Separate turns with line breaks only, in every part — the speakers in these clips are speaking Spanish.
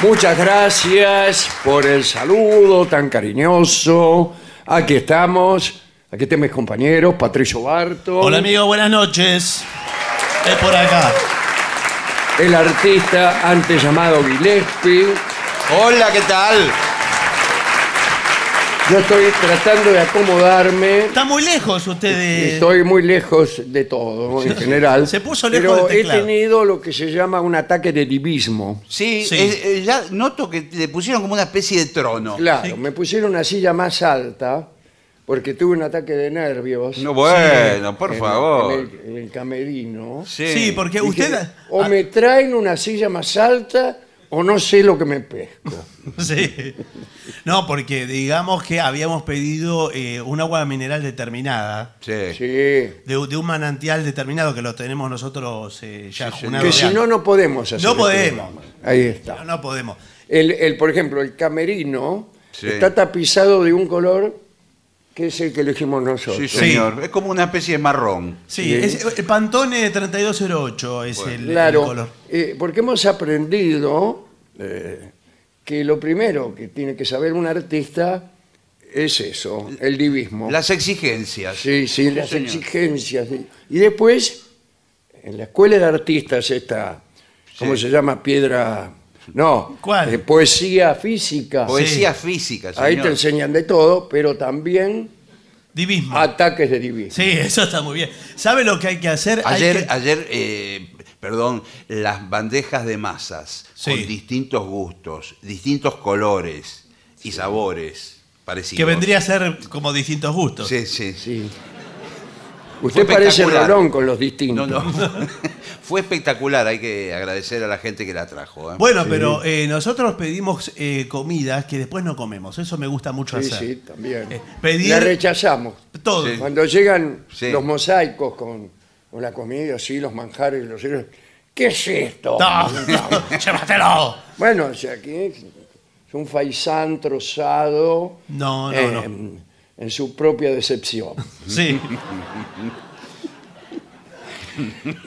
Muchas gracias por el saludo tan cariñoso. Aquí estamos. Aquí están mis compañeros, Patricio Barto,
Hola amigo, buenas noches. Es por acá.
el artista antes llamado Gillespie.
Hola, ¿qué tal?
Yo estoy tratando de acomodarme.
Está muy lejos usted de...
Estoy muy lejos de todo en general.
Eh, Se puso lejos
Pero
del teclado.
he tenido lo que se llama un ataque de divismo.
Sí,
Sí.
es- eh, ya noto que le pusieron como una especie de
Oh,
trono.
Claro, me pusieron una silla más alta porque tuve un ataque de nervios.
No, bueno, por
en-
favor.
En el, en el camerino.
Sí, porque usted... Ah.
Dije, o me traen una silla más alta o no sé lo que me pesco.
Sí. No, porque digamos que habíamos pedido eh, un agua mineral determinada,
Sí.
Sí.
de, de un manantial determinado que lo tenemos nosotros eh, ya junado
Que
de
si
antes.
no, no podemos hacer.
No
este
podemos.
programa. Ahí está.
No, no podemos.
El, el, por ejemplo, el camerino
Sí.
está tapizado de un color que es el que elegimos nosotros.
Sí, señor. Es como una especie de marrón.
Sí, es- el Pantone 3208 es el, el
Claro,
color.
eh, porque hemos aprendido eh, que lo primero que tiene que saber un artista es eso, el divismo.
Las exigencias.
sí, sí, las
señor.
exigencias. sí. Y después, en la escuela de artistas está, ¿cómo
Sí.
se llama? Piedra... No,
¿Cuál?
eh, poesía física.
Poesía física, señor.
Ahí te enseñan de todo, pero también
Divismo.
ataques de divismo.
Sí, eso está muy bien. ¿Sabe lo que hay que hacer? Hay
Ayer,
que-
ayer eh, perdón, las bandejas de masas
Sí.
con distintos gustos, distintos colores y sabores parecidos.
que vendría a ser como distintos gustos.
Sí, sí, sí.
Sí. Usted
Fue
parece
espectacular.
Rolón con los distintos.
No, no. Fue espectacular, hay que agradecer a la gente que la trajo. ¿eh?
Ah,
Bueno, pero eh, nosotros pedimos eh, comidas que después no comemos. Eso me gusta mucho
Sí,
hacer.
sí, también.
Eh, pedir-
La rechazamos.
Todo.
Sí.
Cuando llegan
Sí.
los mosaicos con, con la comida, así, los manjares, los ceros, ¿qué es esto?
No, no, llévatelo.
Bueno, o sea, aquí es un faisán trozado
No, no,
eh,
no.
en su propia decepción.
Sí.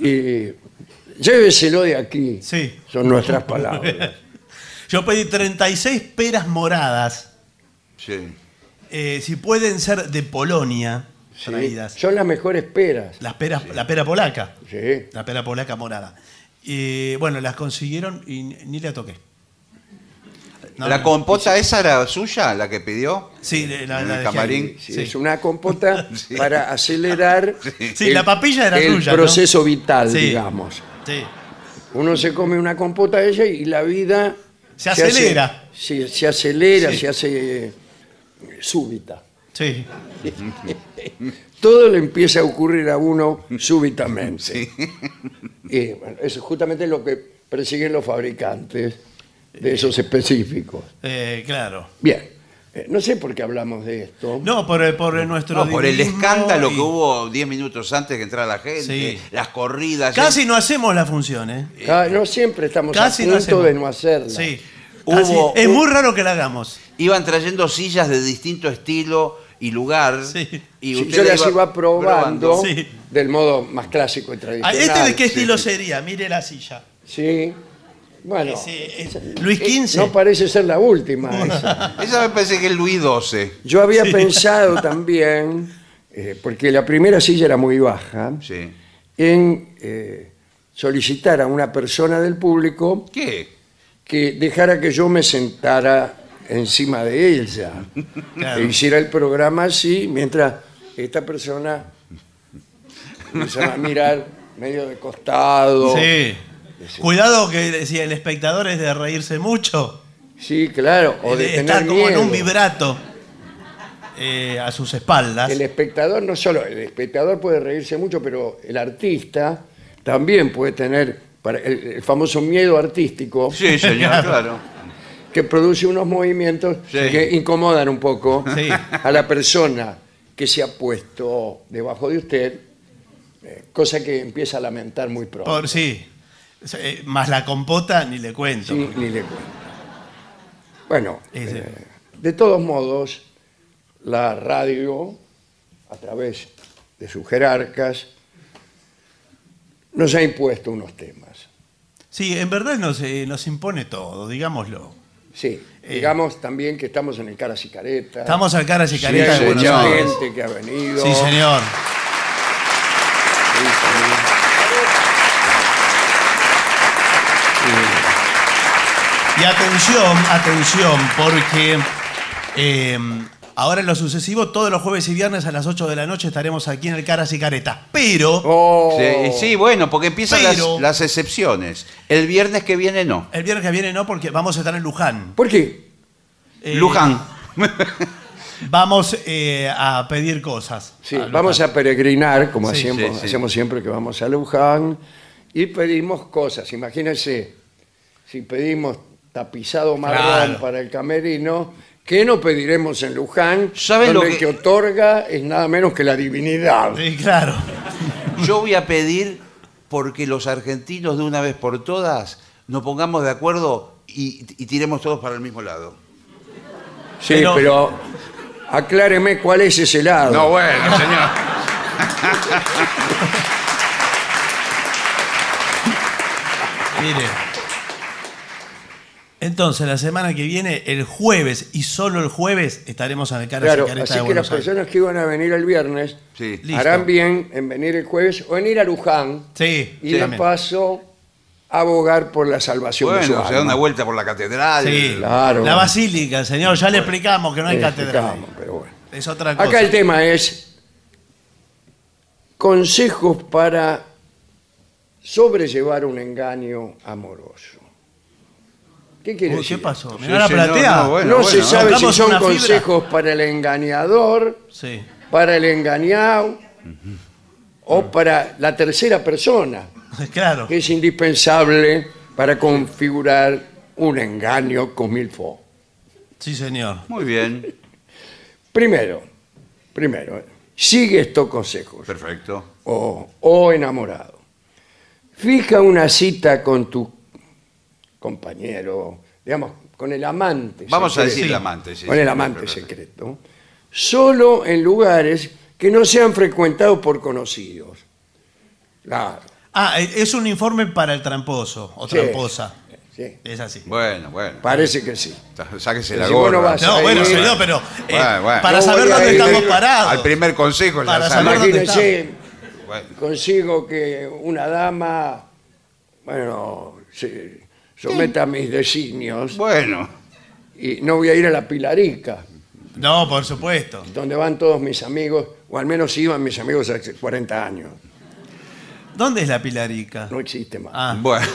y lléveselo de aquí,
Sí.
son nuestras palabras.
Yo pedí 36 peras moradas.
Sí.
Eh, si pueden ser de Polonia,
Sí,
traídas.
Son las mejores peras.
Las peras, La pera polaca.
Sí.
La pera polaca morada. Y bueno, las consiguieron y ni ni la toqué. No,
¿La
no.
compota esa era suya, la que pidió?
Sí, la, la-
en el
la dejé
camarín?
ahí.
Sí,
Sí.
Es una compota para acelerar
Sí, la papilla era
el
tuya, ¿no?
proceso vital,
Sí.
digamos.
Sí.
Uno se come una compota de ella y la vida...
Se
hace-
acelera.
sí, se acelera,
Sí.
se hace eh, súbita.
Sí.
Todo le empieza a ocurrir a uno súbitamente. Y bueno, eso es justamente lo que persiguen los fabricantes de esos específicos.
Eh, claro.
Bien, eh, no sé por qué hablamos de esto.
No, por, por nuestro.
No, por el
divinismo
escándalo
y-
que hubo 10 minutos antes que entrara la gente,
Sí.
las corridas.
Casi no hacemos la función, ¿eh?
Ca- Ah, no siempre estamos
Casi
a
no
punto
hacemos.
de no hacerla.
Sí.
Hubo-
Casi- es
hubo-
muy raro que la hagamos.
eh, Iban trayendo sillas de distinto estilo y lugar.
Sí.
Y
Sí,
usted
yo
la
las iba probando
probando. Sí.
del modo más clásico y
Ah,
tradicional.
¿Este de qué
sí.
estilo sería? Mire la silla.
Sí. Bueno,
Ese es- Luis
eh,
XV.
no parece ser la última esa.
Esa me parece que es Luis XII.
Yo había pensado también, eh, porque la primera silla era muy baja,
Sí.
en eh, solicitar a una persona del público
¿Qué?
que dejara que yo me sentara encima de ella.
Claro.
E hiciera el programa así, mientras esta persona empezaba a mirar medio de costado.
Sí. Cuidado que si el espectador es de reírse mucho,
Sí, claro. O de
de
tener
estar como en
miedo.
un vibrato eh, a sus espaldas.
El espectador, no solo el espectador puede reírse mucho, pero el artista también puede tener para- el, el famoso miedo artístico
Sí, señor, claro.
que produce unos movimientos
Sí.
que incomodan un poco
Sí.
a la persona que se ha puesto debajo de usted, eh, cosa que empieza a lamentar muy pronto.
Por sí. Eh, Más la compota, ni le cuento.
Sí, ni le cuento. Bueno,
Ese.
eh, de todos modos, la radio, a través de sus jerarcas, nos ha impuesto unos temas.
Sí, en verdad nos, eh, nos impone todo, digámoslo.
Sí,
Eh.
digamos también que estamos en el Caras y Caretas.
Estamos al cara
Sí, hay
cicareta de Buenos
mucha
señor.
Aires.
gente que ha venido.
Sí, señor. Y atención, atención, porque eh, ahora en lo sucesivo, todos los jueves y viernes a las 8 de la noche estaremos aquí en el Caras y Caretas. Pero
Oh,
Sí, sí, bueno, porque empiezan
Pero-
las, las excepciones. El viernes que viene no.
el viernes que viene no, porque vamos a estar en Luján.
¿Por qué?
Eh,
Luján.
Vamos eh, a pedir cosas.
Sí, vamos a peregrinar, como
Sí,
hacemos,
Ah, sí, sí.
hacemos siempre que vamos a Luján, y pedimos cosas. Imagínense, si pedimos tapizado marrón
Claro.
para el camerino, ¿qué no pediremos en Luján?
¿Saben lo
donde el
que-
que otorga es nada menos que la divinidad.
Sí, claro.
Yo voy a pedir porque los argentinos de una vez por todas nos pongamos de acuerdo y, y tiremos todos para el mismo lado.
Sí, pero...
pero-
acláreme cuál es ese lado.
bueno, señor.
Mire. Entonces, la semana que viene, el jueves y solo el jueves, estaremos en el Caras
claro,
y Caretas
así
de
que las
Buenos Aires.
personas que iban a venir el viernes
Sí.
Listo.
harán bien en venir el jueves o en ir a Luján
Sí,
y
sí,
de
también.
paso abogar por la salvación de su
Bueno, se da
alma.
una vuelta por la catedral.
Sí.
Claro.
La basílica, señor, ya le explicamos que no hay
Eh,
catedral.
explicamos, pero bueno.
Es otra cosa.
Acá el tema es consejos para sobrellevar un engaño amoroso. ¿Qué quiere
Uy,
decir?
¿Qué pasó?
Sí,
Mirá la
sí,
platea.
no, no, bueno.
no se sabe si
Tocamos
son
una fibra.
consejos para el engañador,
Sí.
para el engañado o para la tercera persona,
Claro.
que es indispensable para configurar un engaño con milfo.
Sí, señor.
Muy bien,
Primero, primero, eh, sigue estos consejos.
perfecto.
o, o enamorado. Fija una cita con tu compañero, digamos, con el amante.
Vamos a
secreto.
decir el amante, sí,
Con el
sí,
amante
perfecto.
secreto. Solo en lugares que no sean frecuentados por conocidos. Claro.
e, Ah, eh, es un informe para el tramposo o
Sí.
tramposa.
Sí.
Es así.
Bueno, bueno.
Parece que sí.
Tá- Sáquese la
Si vos
gorra.
no vas-
No, bueno,
ahí-
señor, pero eh,
Bueno, bueno.
para
Yo
saber
voy a
dónde
ir-
estamos parados.
Al primer consejo.
Para
la
saber
sabe.
dónde-
Imagínese,
Bueno,
consigo que una dama, bueno, se someta a mis designios
bueno.
y no voy a ir a la Pilarica,
No, por supuesto.
donde van todos mis amigos, o al menos iban mis amigos hace 40 años.
¿Dónde es la pilarica?
No existe más.
Ah,
Bueno.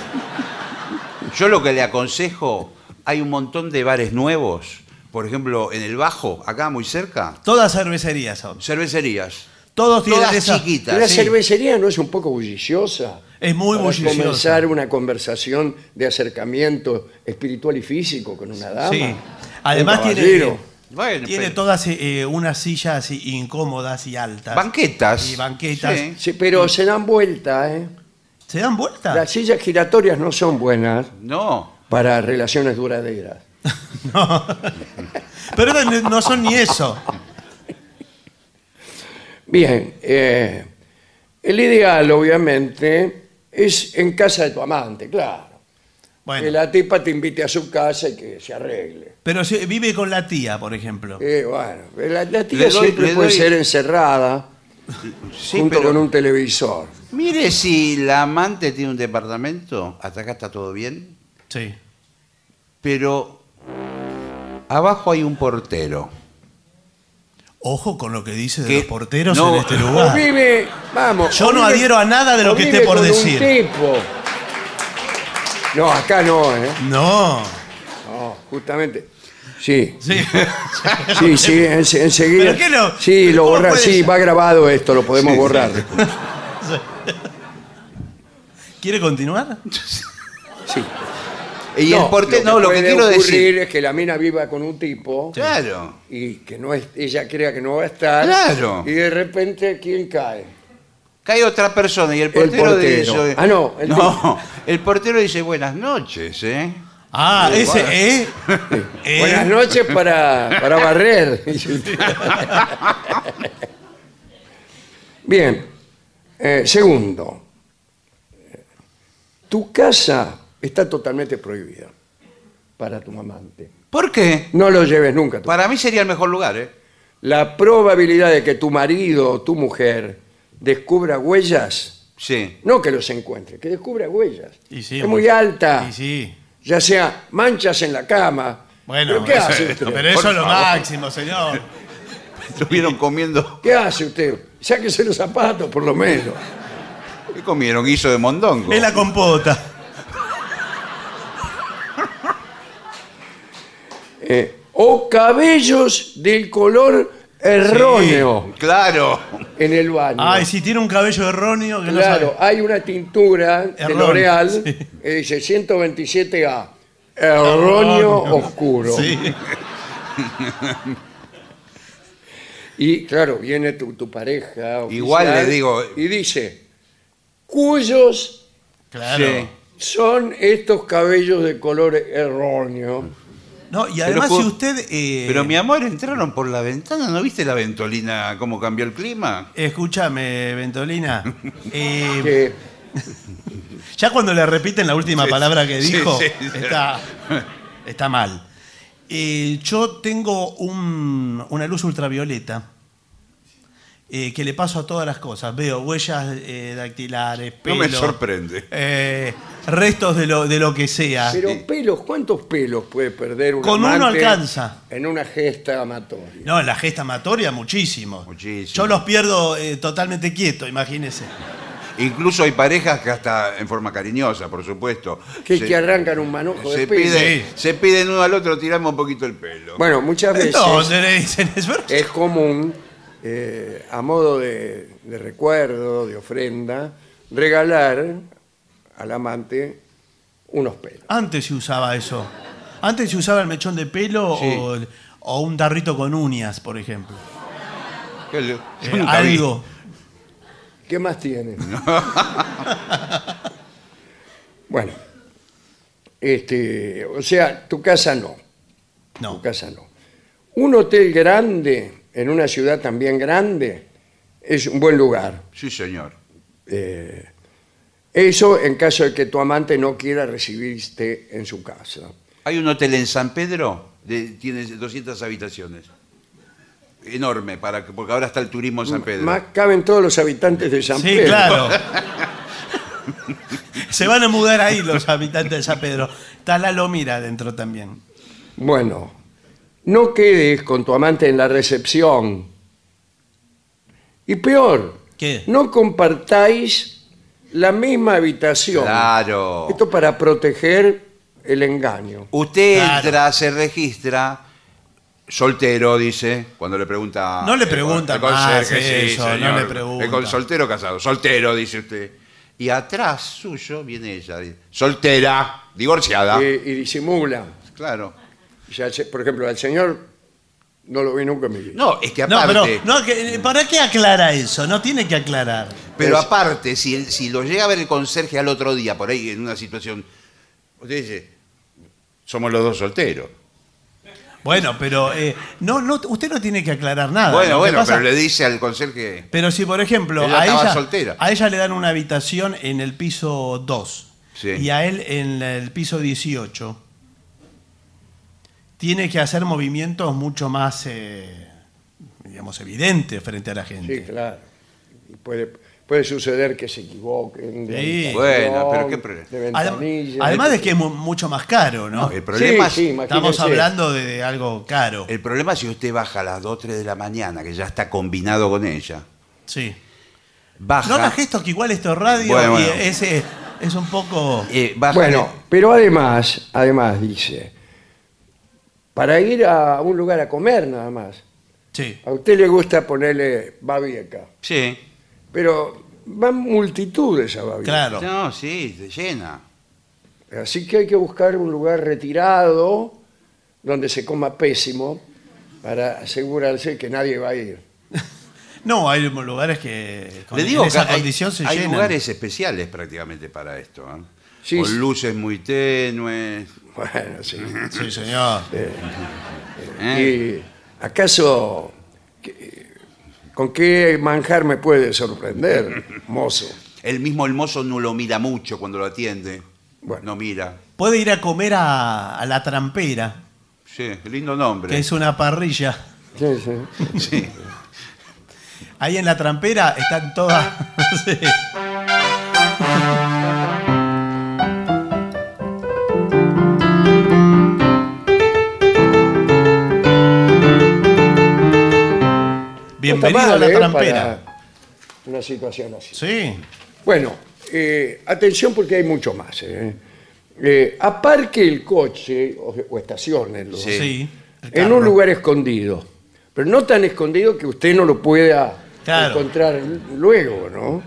Yo lo que le aconsejo, hay un montón de bares nuevos. Por ejemplo, en el Bajo, acá muy cerca,
todas cervecerías son.
cervecerías.
Todos tienen
Todas
esa-
chiquitas.
La
sí.
cervecería no es un poco bulliciosa.
Es muy
Para
bulliciosa.
comenzar una conversación de acercamiento espiritual y físico con una dama.
Sí.
Un
Además tiene,
caballero.
Bueno,
tiene
pero-
todas eh, unas sillas así incómodas y altas.
Banquetas.
Y banquetas.
Sí.
Sí, pero se dan vuelta, ¿eh?
¿Se dan vuelta?
Las sillas giratorias no son buenas
No.
para relaciones duraderas.
No. Pero no, no son ni eso.
Bien, eh, el ideal, obviamente, es en casa de tu amante, claro. Que
Bueno,
la tipa te invite a su casa y que se arregle.
pero si vive con la tía, por ejemplo.
Eh, bueno, la, la tía
Le doy-
siempre
le
puede
doy-
ser encerrada
Sí,
junto
pero-
con un televisor.
Mire si la amante tiene un departamento, hasta acá está todo bien,
Sí.
pero abajo hay un portero.
Ojo con lo que dice de
¿Qué?
los porteros
No.
en este
O
lugar.
vive, vamos.
Yo
o
no
vive-
adhiero a nada de lo
o
que
vive
esté por
con un
decir.
tipo. No, acá no, ¿eh?
No.
No, justamente. Sí,
Sí.
sí, sí, en- enseguida.
¿Pero qué
sí,
lo- pero
lo
cómo
borrar,
puede
sí,
ser?
va grabado esto, lo podemos borrar.
¿Quiere continuar?
Sí.
Y el portero, no, lo que
puede
quiero
ocurrir
decir.
es que la mina viva con un tipo
Claro.
y que no es, ella crea que no va a estar.
Claro.
Y de repente, ¿quién cae?
Cae otra persona y el portero,
portero.
dice.
Ah, no, el tipo.
no, el portero dice buenas noches, ¿eh?
Ah,
Sí,
ese,
bueno.
¿eh? ¿Eh?
Buenas noches para, para barrer. Bien. Eh, segundo, tu casa está totalmente prohibida para tu amante.
¿Por qué?
No lo lleves nunca. a tu-
Para mí sería el mejor lugar, ¿eh?
La probabilidad de que tu marido o tu mujer descubra huellas,
Sí.
no que los encuentre, que descubra huellas,
Y sí,
es
muy-
muy alta.
Y sí.
Ya sea manchas en la cama.
Bueno,
¿Pero qué
eso-
hace este? usted?
pero eso
Por
es lo
favor.
máximo, señor.
Estuvieron comiendo,
¿Qué hace usted? Sáquese los zapatos, por lo menos.
¿qué comieron? Guiso de mondongo.
Es la compota.
Eh, o cabellos del color erróneo
Claro.
en el baño.
Ay, si tiene un cabello erróneo que no
claro,
sabe.
hay una tintura de
Erróneo,
L'Oreal
sí.
que dice 127A. Erróneo oscuro.
Sí.
Y claro, viene tu, tu pareja. oficial
Igual le digo-
Y dice: cuyos
Claro.
Sí.
son estos cabellos de color erróneo.
No, y además
Pero,
si usted... eh,
Pero mi amor, entraron por la ventana, ¿no viste la ventolina cómo cambió el clima?
Escúchame, Ventolina. eh,
Que
ya cuando le repiten la última palabra que
sí,
dijo,
sí, sí.
está, está mal. Eh, yo tengo un- una luz ultravioleta eh, que le paso a todas las cosas. Veo huellas eh, dactilares,
No
pelo,
me sorprende.
eh, restos de lo, de lo que sea.
Pero pelos, ¿cuántos pelos puede perder un
Ah, Con uno
amante
alcanza.
En una gesta amatoria.
No, en la gesta amatoria muchísimo.
Muchísimo.
Yo los pierdo eh, totalmente quieto, imagínese.
Incluso hay parejas que hasta en forma cariñosa, por supuesto.
Que,
se,
que arrancan un manojo de
se
pelos.
pide-
Sí.
se piden uno al otro, tiramos un poquito el pelo.
Bueno, muchas veces
Entonces le dicen, es verdad.
es común, eh, a modo de, de recuerdo, de ofrenda, regalar al amante unos pelos.
Antes se usaba eso. Antes se usaba el mechón de pelo
Sí.
o, el- o un tarrito con uñas, por ejemplo.
Yo le- yo
Eh,
nunca vi.
algo.
¿Qué más tiene? bueno, este, o sea, tu casa no.
No.
Tu casa no. Un hotel grande, en una ciudad también grande, es un buen lugar.
Sí, señor.
Eh, Eso en caso de que tu amante no quiera recibirte en su casa.
Hay un hotel en San Pedro, de- tiene 200 habitaciones. Enorme, para, que- porque ahora está el turismo en San Pedro.
Más caben todos los habitantes de San
Sí,
Pedro.
claro. Se van a mudar ahí los habitantes de San Pedro. Está la Lomira adentro también.
Bueno, no quedes con tu amante en la recepción. Y peor,
¿Qué?
no compartáis la misma habitación.
Claro.
Esto para proteger el engaño.
Usted
Claro.
entra, se registra, soltero, dice, cuando le pregunta.
No le
el-
pregunta
el conserje,
más eso, no
señor.
le pregunta.
El con- soltero casado, soltero, dice usted. Y atrás suyo viene ella, dice, soltera, divorciada.
Y, Eh, y disimula.
Claro.
Ya se- por ejemplo, al señor no lo vi nunca en mi vida.
No, es que
No,
aparte.
pero no, que- ¿para qué aclara eso? No tiene que aclarar.
Pero
Es-
aparte, si, si lo llega a ver el conserje al otro día, por ahí, en una situación, usted dice, somos los dos solteros.
Bueno, pero eh, no, no, usted no tiene que aclarar nada. Ah, Lo
bueno,
que
bueno,
pasa-
pero le dice al conserje,
pero si, por ejemplo,
Ella
a
estaba
ella,
soltera.
a ella le dan una habitación en el piso 2
Sí.
y a él en el piso 18, tiene que hacer movimientos mucho más, eh, digamos, evidentes frente a la gente.
Sí, claro. Y Puede, puede suceder que se equivoquen. de
Sí.
habitación,
Bueno, pero qué problema.
de
Adem-
ventanilla. Este
Además de que es mu- mucho más caro, ¿no?
no, el problema
Sí, sí,
es,
Estamos
imagínense.
hablando de, de algo caro.
el problema es si usted baja a las 2, 3 de la mañana, que ya está combinado con ella,
Sí.
baja,
No hagas esto que igual esto es radio
Bueno,
y
bueno.
es, eh, es un poco...
eh, baja
Bueno, pero además, además dice, para ir a un lugar a comer nada más,
Sí.
a usted le gusta ponerle babieca,
sí,
pero van multitudes a babieca.
Claro.
no, sí, se llena.
Así que hay que buscar un lugar retirado donde se coma pésimo para asegurarse que nadie va a ir.
No, hay lugares que con
Le
en
digo que
esa
hay,
condición se
hay
llenan.
lugares especiales prácticamente para esto, ¿eh?
Sí, sí.
con luces muy tenues.
Bueno, sí.
Sí, señor.
¿eh?
¿Y acaso qué- con qué manjar me puede sorprender, mozo?
El mismo el mozo no lo mira mucho cuando lo atiende.
Bueno.
No mira.
Puede ir a comer a, a La Trampera,
Sí, lindo
que
nombre.
es una parrilla.
Sí, sí.
Sí.
Ahí en La Trampera están todas...
Ah.
Sí. Bienvenido
Está
a La
mal, ¿eh?
Trampera.
para Una situación así.
Sí.
Bueno, eh, atención porque hay mucho más. ¿eh? Eh, aparque el coche o, o estaciónenlo
Sí.
Sí. el
en
carro.
un lugar escondido, pero no tan escondido que usted no lo pueda
Claro.
encontrar luego, ¿no?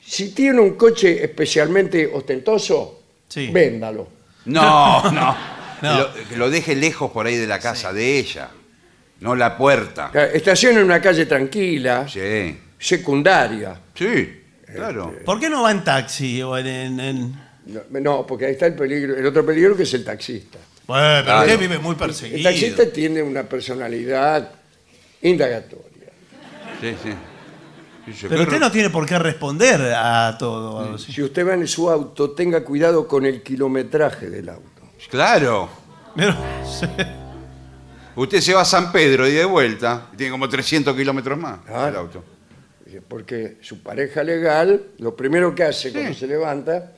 Si tiene un coche especialmente ostentoso,
Sí.
véndalo.
No, no.
No.
Lo- que lo deje lejos por ahí de la casa de ella. No la puerta.
O sea, Estaciona en una calle tranquila,
Sí.
secundaria.
Sí,
Eh,
claro.
¿Por qué no va en taxi o en... en- en-
No, No, porque ahí está el peligro, el otro peligro que es el taxista.
Bueno, pero
Claro.
usted vive muy
El
perseguido.
taxista tiene una personalidad indagatoria.
Sí, sí. Dice,
Pero usted
perro,
no tiene por qué responder a todo. algo así.
Si usted va en su auto, tenga cuidado con el kilometraje del auto.
Claro.
Pero- sí.
Usted se va a San Pedro y de vuelta. Tiene como 300 kilómetros más
Claro.
el auto.
Porque su pareja legal, lo primero que hace cuando se levanta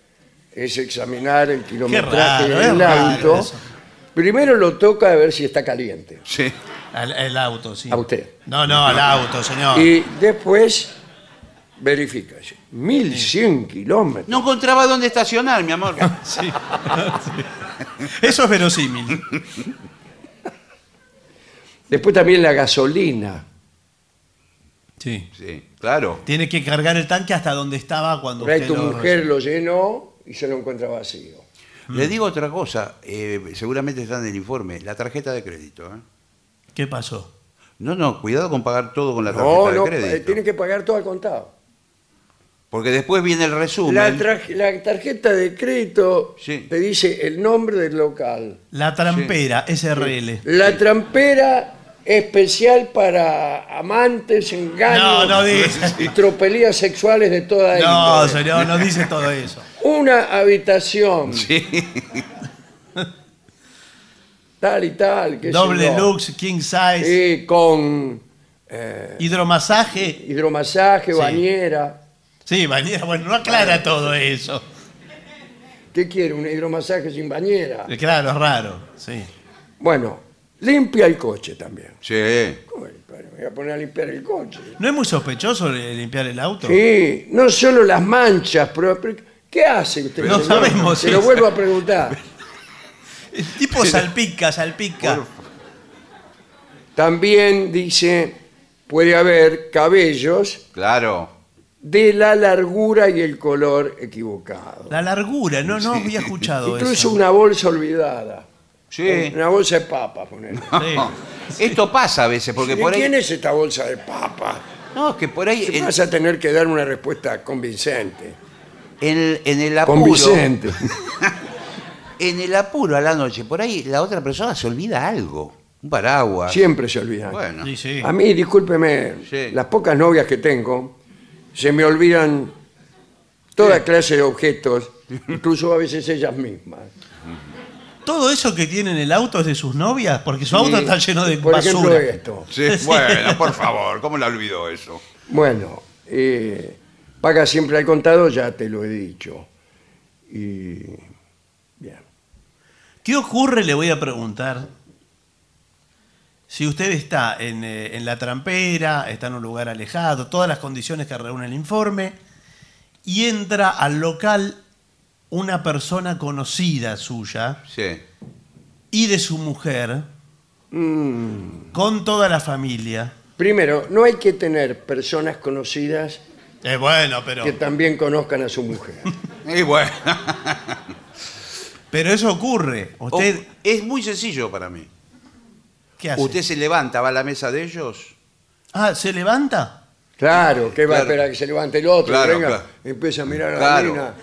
es examinar el kilometraje
raro,
del
es raro
auto.
eso.
Primero lo toca a ver si está caliente.
Sí.
Al, el auto, sí.
A usted.
No, no, al auto, señor.
Y después verifica. 1100 kilómetros.
No encontraba dónde estacionar, mi amor.
Sí. Eso es verosímil.
Después también la gasolina.
Sí.
Sí, claro.
Tiene que cargar el tanque hasta donde estaba cuando
Por ahí
usted
tu
lo-
mujer lo llenó y se lo encuentra vacío.
Le digo otra cosa, eh, seguramente está en el informe, la tarjeta de crédito. ¿eh?
¿Qué pasó?
No, no, cuidado con pagar todo con la tarjeta
No,
de
no, eh,
crédito.
tiene que pagar todo al contado.
Porque después viene el
La,
resumen.
traje- la tarjeta de crédito
Sí.
te dice el nombre del local.
La trampera, SRL.
La trampera especial para amantes, engaños
No, no dice.
y tropelías sexuales de toda
No,
índole.
señor, no dice todo eso.
Una habitación tal y tal. qué sé
Doble
yo.
lux, king size,
Sí, con
hidromasaje.
hidromasaje, bañera.
Sí, bañera, bueno, no aclara todo eso.
¿Qué quiere? ¿Un hidromasaje sin bañera?
Eh, Claro, es raro, sí.
Bueno, limpia el coche también.
Sí.
Uy, pero me voy a poner a limpiar el coche.
¿No es muy sospechoso eh, limpiar el auto?
Sí, no solo las manchas, pero, pero ¿qué hace usted?
No
señor?
sabemos,
Se
sí.
lo vuelvo a preguntar.
El tipo salpica, salpica.
También dice, puede haber cabellos
Claro.
de la largura y el color equivocado.
La largura, no, no había escuchado
Incluso
eso.
una bolsa olvidada.
Sí.
Una bolsa de papas, ponele.
Sí.
Esto pasa a veces, porque
¿De
por ahí. Eh,
quién es esta bolsa de papas?
No, es que por ahí. En,
Vas a tener que dar una respuesta convincente.
en el- en el apuro.
Convincente.
En el apuro a la noche, por ahí la otra persona se olvida algo. Un paraguas.
Siempre se olvidan.
Bueno.
Sí, sí.
A mí, discúlpeme,
Sí.
las pocas novias que tengo, se me olvidan toda clase de objetos, incluso a veces ellas mismas.
Todo eso que tiene en el auto es de sus novias, porque su auto
Y,
está lleno de
Por ejemplo, eh.
basura.
esto.
Sí, bueno, por favor, ¿cómo la olvidó eso?
Bueno, eh, paga siempre al contado, ya te lo he dicho. Y bien.
¿Qué ocurre? Le voy a preguntar. Si usted está en, eh, en la trampera, está en un lugar alejado, todas las condiciones que reúne el informe, y entra al local una persona conocida suya
Sí.
y de su mujer,
Mm.
con toda la familia.
Primero, no hay que tener personas conocidas
Eh, bueno, pero,
que también conozcan a su mujer.
Y bueno.
pero eso ocurre. ¿Usted
O- es muy sencillo para mí.
qué hace?
Oh, Usted se levanta, va a la mesa de ellos.
Ah, ¿se levanta?
Claro, que va a
Claro.
esperar a que se levante el otro,
Claro,
venga,
claro.
empieza a mirar a
Claro.
la mina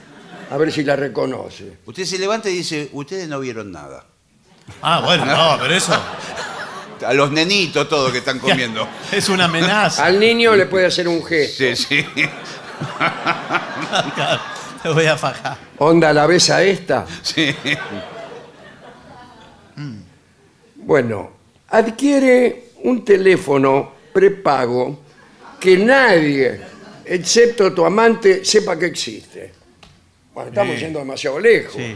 a ver si la reconoce.
Usted se levanta y dice, ustedes no vieron nada.
Ah, bueno, no, pero eso
A los nenitos todos que están comiendo.
es una amenaza.
Al niño le puede hacer un gesto.
Sí, sí. Ah,
Le voy a fajar.
Onda, la besa esta.
Sí.
Bueno, adquiere un teléfono prepago que nadie, excepto tu amante, sepa que existe. Bueno, estamos
Sí.
yendo demasiado
oh.
lejos.
Sí.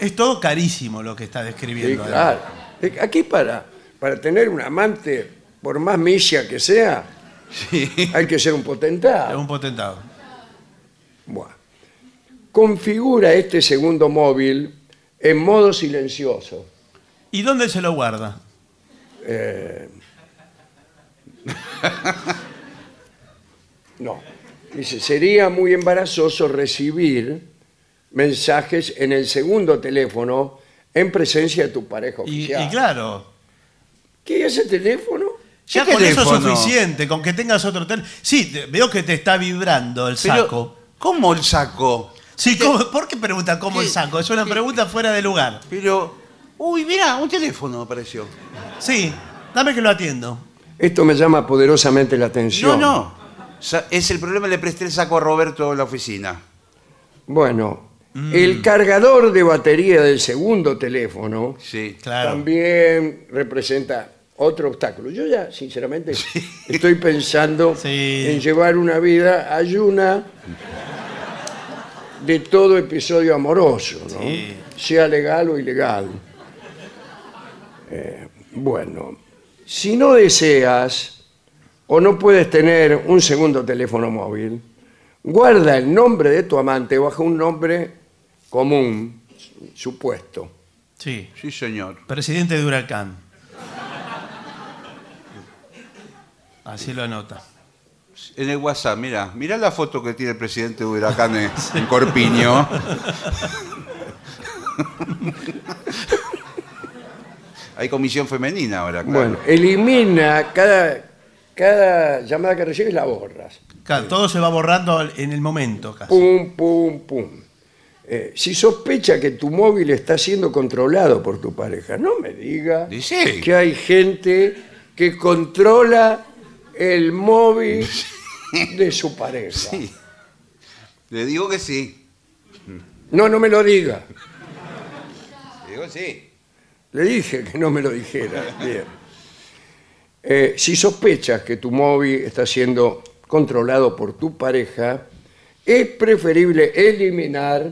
Es todo carísimo lo que está
Sí,
describiendo.
claro. Eh, Aquí para, para tener un amante, por más misia que sea, hay que ser un
Es
potentado.
un potentado.
Buah. Configura este segundo móvil en modo silencioso.
¿Y dónde se lo guarda?
Eh, No. Dice, sería muy embarazoso recibir mensajes en el segundo teléfono en presencia de tu pareja
Y,
oficial.
y claro,
¿Qué ese teléfono?
ya
¿Qué
con eso es
teléfono?
suficiente, con que tengas otro teléfono. Sí, te- veo que te está vibrando el
Pero,
saco.
¿Cómo el saco?
Sí, ¿cómo- ¿por qué pregunta cómo el
¿Qué?
saco? Es una
¿Qué?
pregunta fuera de lugar.
Pero, uy, mira, un teléfono apareció.
Sí, dame que lo atiendo.
Esto me llama poderosamente la
No,
atención.
no. Sa- Es el problema, le presté el saco a Roberto en la oficina.
Bueno,
Mm.
el cargador de batería del segundo teléfono
Sí.
Claro.
también representa otro obstáculo. Yo ya, sinceramente, estoy pensando
Sí.
en llevar una vida ayuna de todo episodio amoroso, ¿no?
Sí.
sea legal o ilegal. Eh, bueno, si no deseas o no puedes tener un segundo teléfono móvil, guarda el nombre de tu amante bajo un nombre común, supuesto.
Sí,
Sí, señor.
presidente de Huracán. Así lo anota.
En el WhatsApp, mira, mira la foto que tiene el presidente de Huracán en, en Corpiño. Hay comisión femenina ahora, claro.
Bueno, elimina cada, cada llamada que recibes, la borras.
Claro, todo se va borrando al- en el momento casi.
Uh,
Pum, pum, pum. Eh, si sospecha que tu móvil está siendo controlado por tu pareja, no me diga
Y sí.
que hay gente que controla el móvil de su pareja.
Le digo que sí.
No, no me lo diga.
Le digo sí.
Le dije que no me lo dijera. Bien. Eh, si sospechas que tu móvil está siendo controlado por tu pareja, es preferible eliminar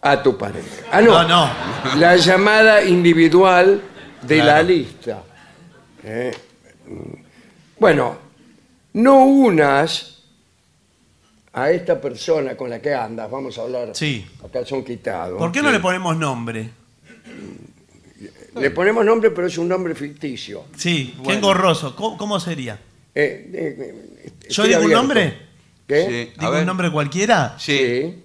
a tu pareja. Ah, no.
No, no.
La llamada individual de la
Claro.
lista. Eh, mm. Bueno, no unas a esta persona con la que andas, vamos a hablar
Sí.
acá son quitados.
¿Por qué no le ponemos nombre?
Le ponemos nombre, pero es un nombre ficticio.
Sí, qué engorroso. ¿Cómo, cómo sería?
Eh, eh, eh,
¿Yo
estoy
digo un
abierto.
nombre?
¿Qué?
Sí, a
¿Digo
ver.
un nombre cualquiera?
Sí.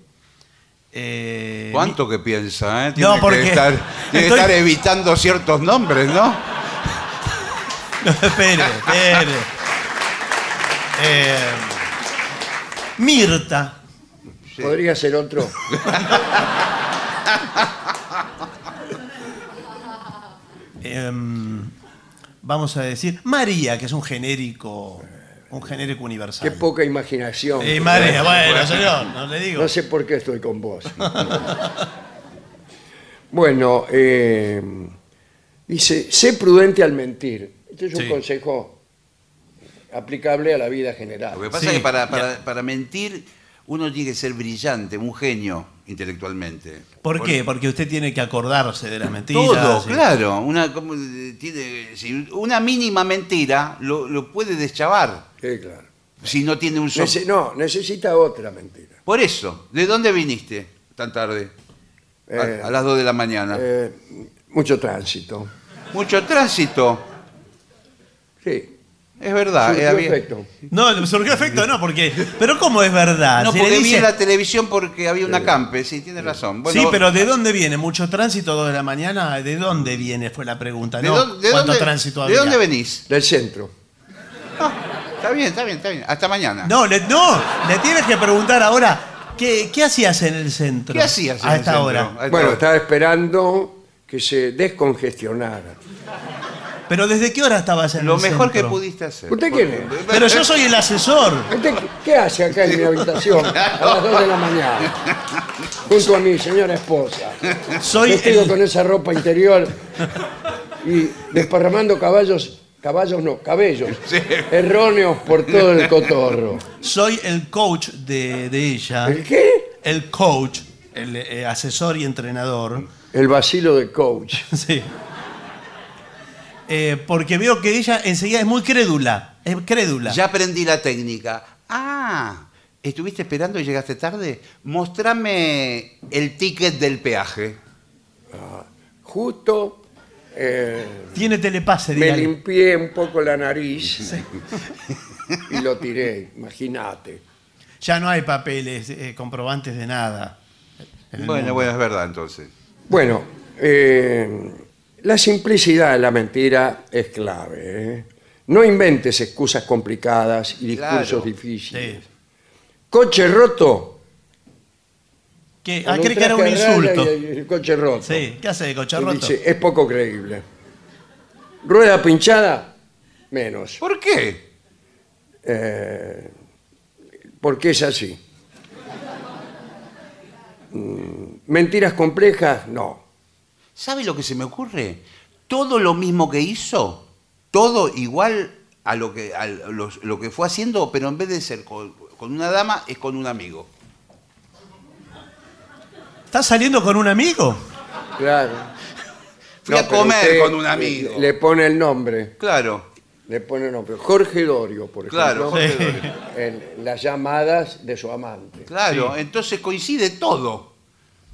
Eh,
¿Cuánto que piensa? eh? Tiene,
porque
que estar, tiene que
estoy-
estar evitando ciertos nombres, ¿no?
No, espere, espere. Eh, Mirta.
Sí. Podría ser otro.
em, vamos a decir María, que es un genérico, un genérico
Qué
universal.
poca imaginación.
Eh, María, bueno, señor, no le digo.
No sé por qué estoy con vos. bueno, eh, dice, sé prudente al mentir. Este es un
Sí.
consejo aplicable a la vida general.
Lo que pasa
Sí,
es que para,
ya.
para- para mentir uno tiene que ser brillante, un genio intelectualmente.
¿Por qué? Porque usted tiene que acordarse de las mentiras.
Todo,
y-
claro. Una, como, eh, tiene, si una mínima mentira lo, lo puede deschavar
Sí, claro.
si no tiene un so-
Nece- no, necesita otra mentira.
Por eso, ¿de dónde viniste tan tarde? A-
Eh,
a, las 2 de la mañana.
Eh, mucho tránsito.
Mucho tránsito.
Sí.
Es verdad.
Surgió
eh, había-
efecto.
No, surgió efecto, no, porque. Pero ¿cómo es verdad?
No,
Ah, Si le
porque vi
dice-
en la televisión porque había
Eh.
una campe. Sí, tiene razón. Bueno,
sí, pero ¿de dónde viene? ¿Mucho tránsito dos de la mañana? ¿De dónde viene? Fue la pregunta,
¿de
¿no?
dónde- de
¿Cuánto
dónde-
tránsito
¿De
había?
dónde venís?
Del centro.
Ah, está bien, está bien, está bien. Hasta mañana.
No, le, no, le tienes que preguntar ahora, ¿qué, qué hacías en el centro?
¿Qué hacías en
A
el
esta
centro?
hora.
A esta
Bueno,
hora.
estaba esperando que se descongestionara.
Pero ¿desde qué hora estabas en
Lo
el
mejor que
centro?
pudiste hacer.
¿Usted quién es?
Pero yo soy el asesor.
¿Usted qué- qué hace acá en mi habitación a las 2 de la mañana? Junto a mi señora esposa.
Soy
vestido
el-
con esa ropa interior y desparramando caballos, caballos no, cabellos erróneos por todo el cotorro.
Soy el coach de, de ella.
¿El qué?
El coach, el eh, asesor y entrenador.
El vacilo de coach.
Sí. Eh, porque veo que ella enseguida es muy crédula. Es crédula.
Ya aprendí la técnica. Ah, ¿estuviste esperando y llegaste tarde? Mostrame el ticket del peaje.
Justo eh,
Tiene telepase,
me
dígale.
limpié un poco la nariz y lo tiré, imagínate.
Ya no hay papeles, eh, comprobantes de nada. en el
Bueno,
mundo.
bueno, es verdad entonces.
Bueno, eh, la simplicidad de la mentira es clave. ¿eh? No inventes excusas complicadas y discursos
Claro.
difíciles.
Sí.
Coche roto.
¿Qué? Ah,
Con
cree que era un
traje a raya
insulto.
y el coche roto.
Sí, ¿qué hace de coche
Y
roto?
dice, es poco creíble. Rueda pinchada, menos.
¿Por qué?
Eh, porque es así. Mm, Mentiras complejas, no.
¿Sabe lo que se me ocurre? Todo lo mismo que hizo, todo igual a lo que, a los- lo que fue haciendo, pero en vez de ser con, con una dama, es con un amigo.
¿Estás saliendo con un amigo?
Claro.
Fui
No,
a
pero
comer
usted
con un amigo.
Le, le pone el nombre.
Claro,
Le pone el nombre. Jorge Dorio, por
claro,
ejemplo.
Jorge
Sí.
Doria.
En las llamadas de su amante.
claro. Entonces coincide todo.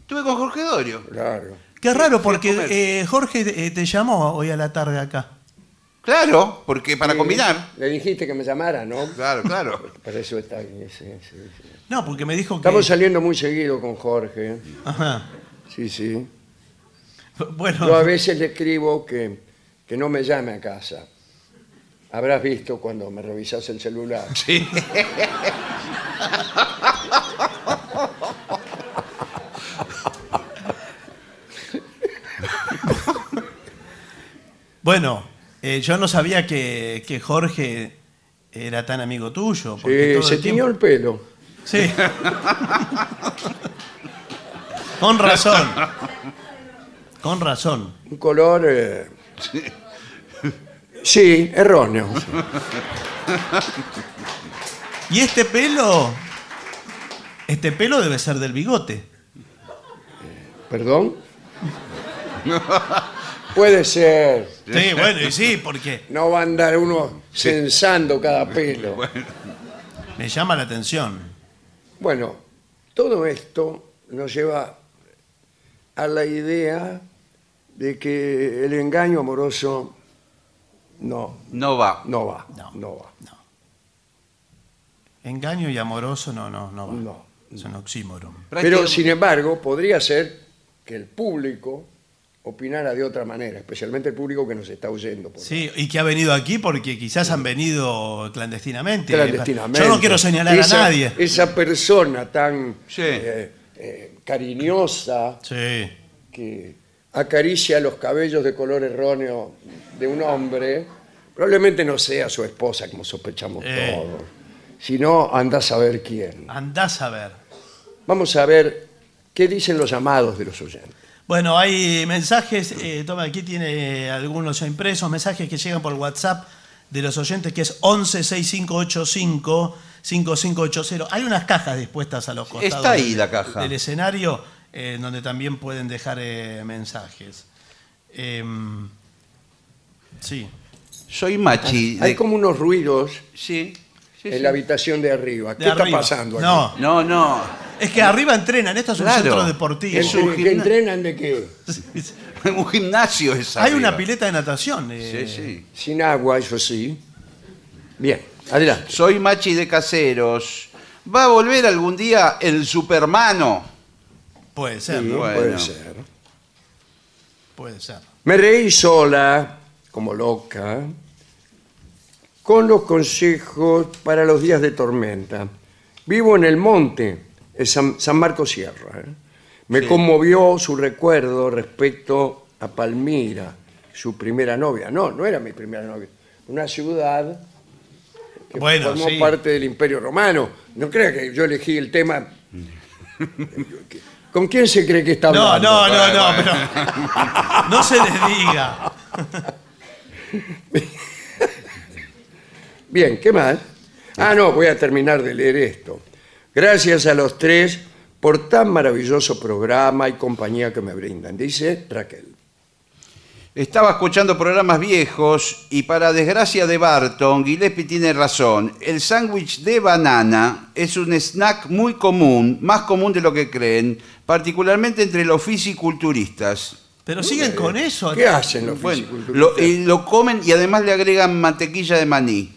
Estuve con Jorge Dorio.
Claro.
Qué raro,
fui a comer.
porque eh, Jorge eh, te llamó hoy a la tarde acá.
Claro, porque para combinar.
Le dijiste que me llamara, ¿no?
Claro, claro.
Para eso está aquí. sí, sí, sí.
No, porque me dijo que...
Estamos saliendo muy seguido con Jorge.
Ajá.
Sí, sí.
Bueno,
Yo a veces le escribo que, que no me llame a casa. Habrás visto cuando me revisas el celular.
Sí.
bueno eh, Eh, yo no sabía que, que Jorge era tan amigo tuyo. porque
Eh,
todo
se
el tiempo-
tiñó el pelo.
Sí. Con razón. Con razón.
Un color... eh, Sí, erróneo.
Y este pelo. Este pelo debe ser del bigote.
¿Perdón? Puede ser.
Sí, bueno, y sí, porque
No va a andar uno censando cada pelo.
me llama la atención.
Bueno, todo esto nos lleva a la idea de que el engaño amoroso no,
No va.
no va,
No.
no, va.
Engaño y amoroso no, no, no va.
No.
Es un oxímoron.
Pero sin embargo, podría ser que el público opinara de otra manera, especialmente el público que nos está oyendo. por-
Sí, y que ha venido aquí porque quizás han venido
Este
clandestinamente.
Clandestinamente. eh,
Yo no quiero señalar
Esa-
a nadie.
Esa persona tan
Sí.
eh, eh, cariñosa
Sí.
que acaricia los cabellos de color erróneo de un hombre, probablemente no sea su esposa, como sospechamos
Eh.
todos, sino anda a saber quién.
Andás a ver.
Vamos a ver qué dicen los amados de los oyentes.
Bueno, hay mensajes, eh, toma, aquí tiene eh, algunos ya impresos, mensajes que llegan por WhatsApp de los oyentes, que es 11 6585 5580. Hay unas cajas dispuestas a los costados.
está ahí
del-
la caja.
Del escenario, eh, donde también pueden dejar eh, mensajes. Em, sí.
Soy machi.
Hay
de-
como unos ruidos
Sí. sí,
en
sí.
la habitación de arriba.
De
¿Qué está
arriba.
pasando aquí?
No,
No, no.
es que arriba entrenan, esto es un
Claro.
centro deportivo.
¿Que,
Es un
que
gimna-
entrenan de qué?
Un gimnasio es
Hay
arriba.
una pileta de natación. eh,
Sí, sí.
Sin agua, eso sí. Bien, adelante.
Soy machi de caseros. ¿Va a volver algún día el supermano?
Puede ser,
Sí,
¿no?
bueno.
Puede ser.
Puede ser.
Me reí sola, como loca, con los consejos para los días de tormenta. Vivo en el monte, en San, San Marcos Sierra. ¿eh? Me conmovió su recuerdo respecto a Palmira, su primera novia. No, no era mi primera novia. Una ciudad que
Bueno,
formó
sí.
parte del Imperio Romano. No crea que yo elegí el tema. ¿Con quién se cree que está
No,
hablando?
no, no, no,
Bueno,
pero. No se les diga.
Bien, ¿qué más? Ah, no, voy a terminar de leer esto. Gracias a los tres por tan maravilloso programa y compañía que me brindan, dice Raquel.
Estaba escuchando programas viejos y para desgracia de Barton, Gillespie tiene razón. El sándwich de banana es un snack muy común, más común de lo que creen, particularmente entre los fisiculturistas.
Pero siguen con eso.
¿Qué hacen los
Bueno,
fisiculturistas?
lo, eh, y lo comen y además le agregan mantequilla de maní.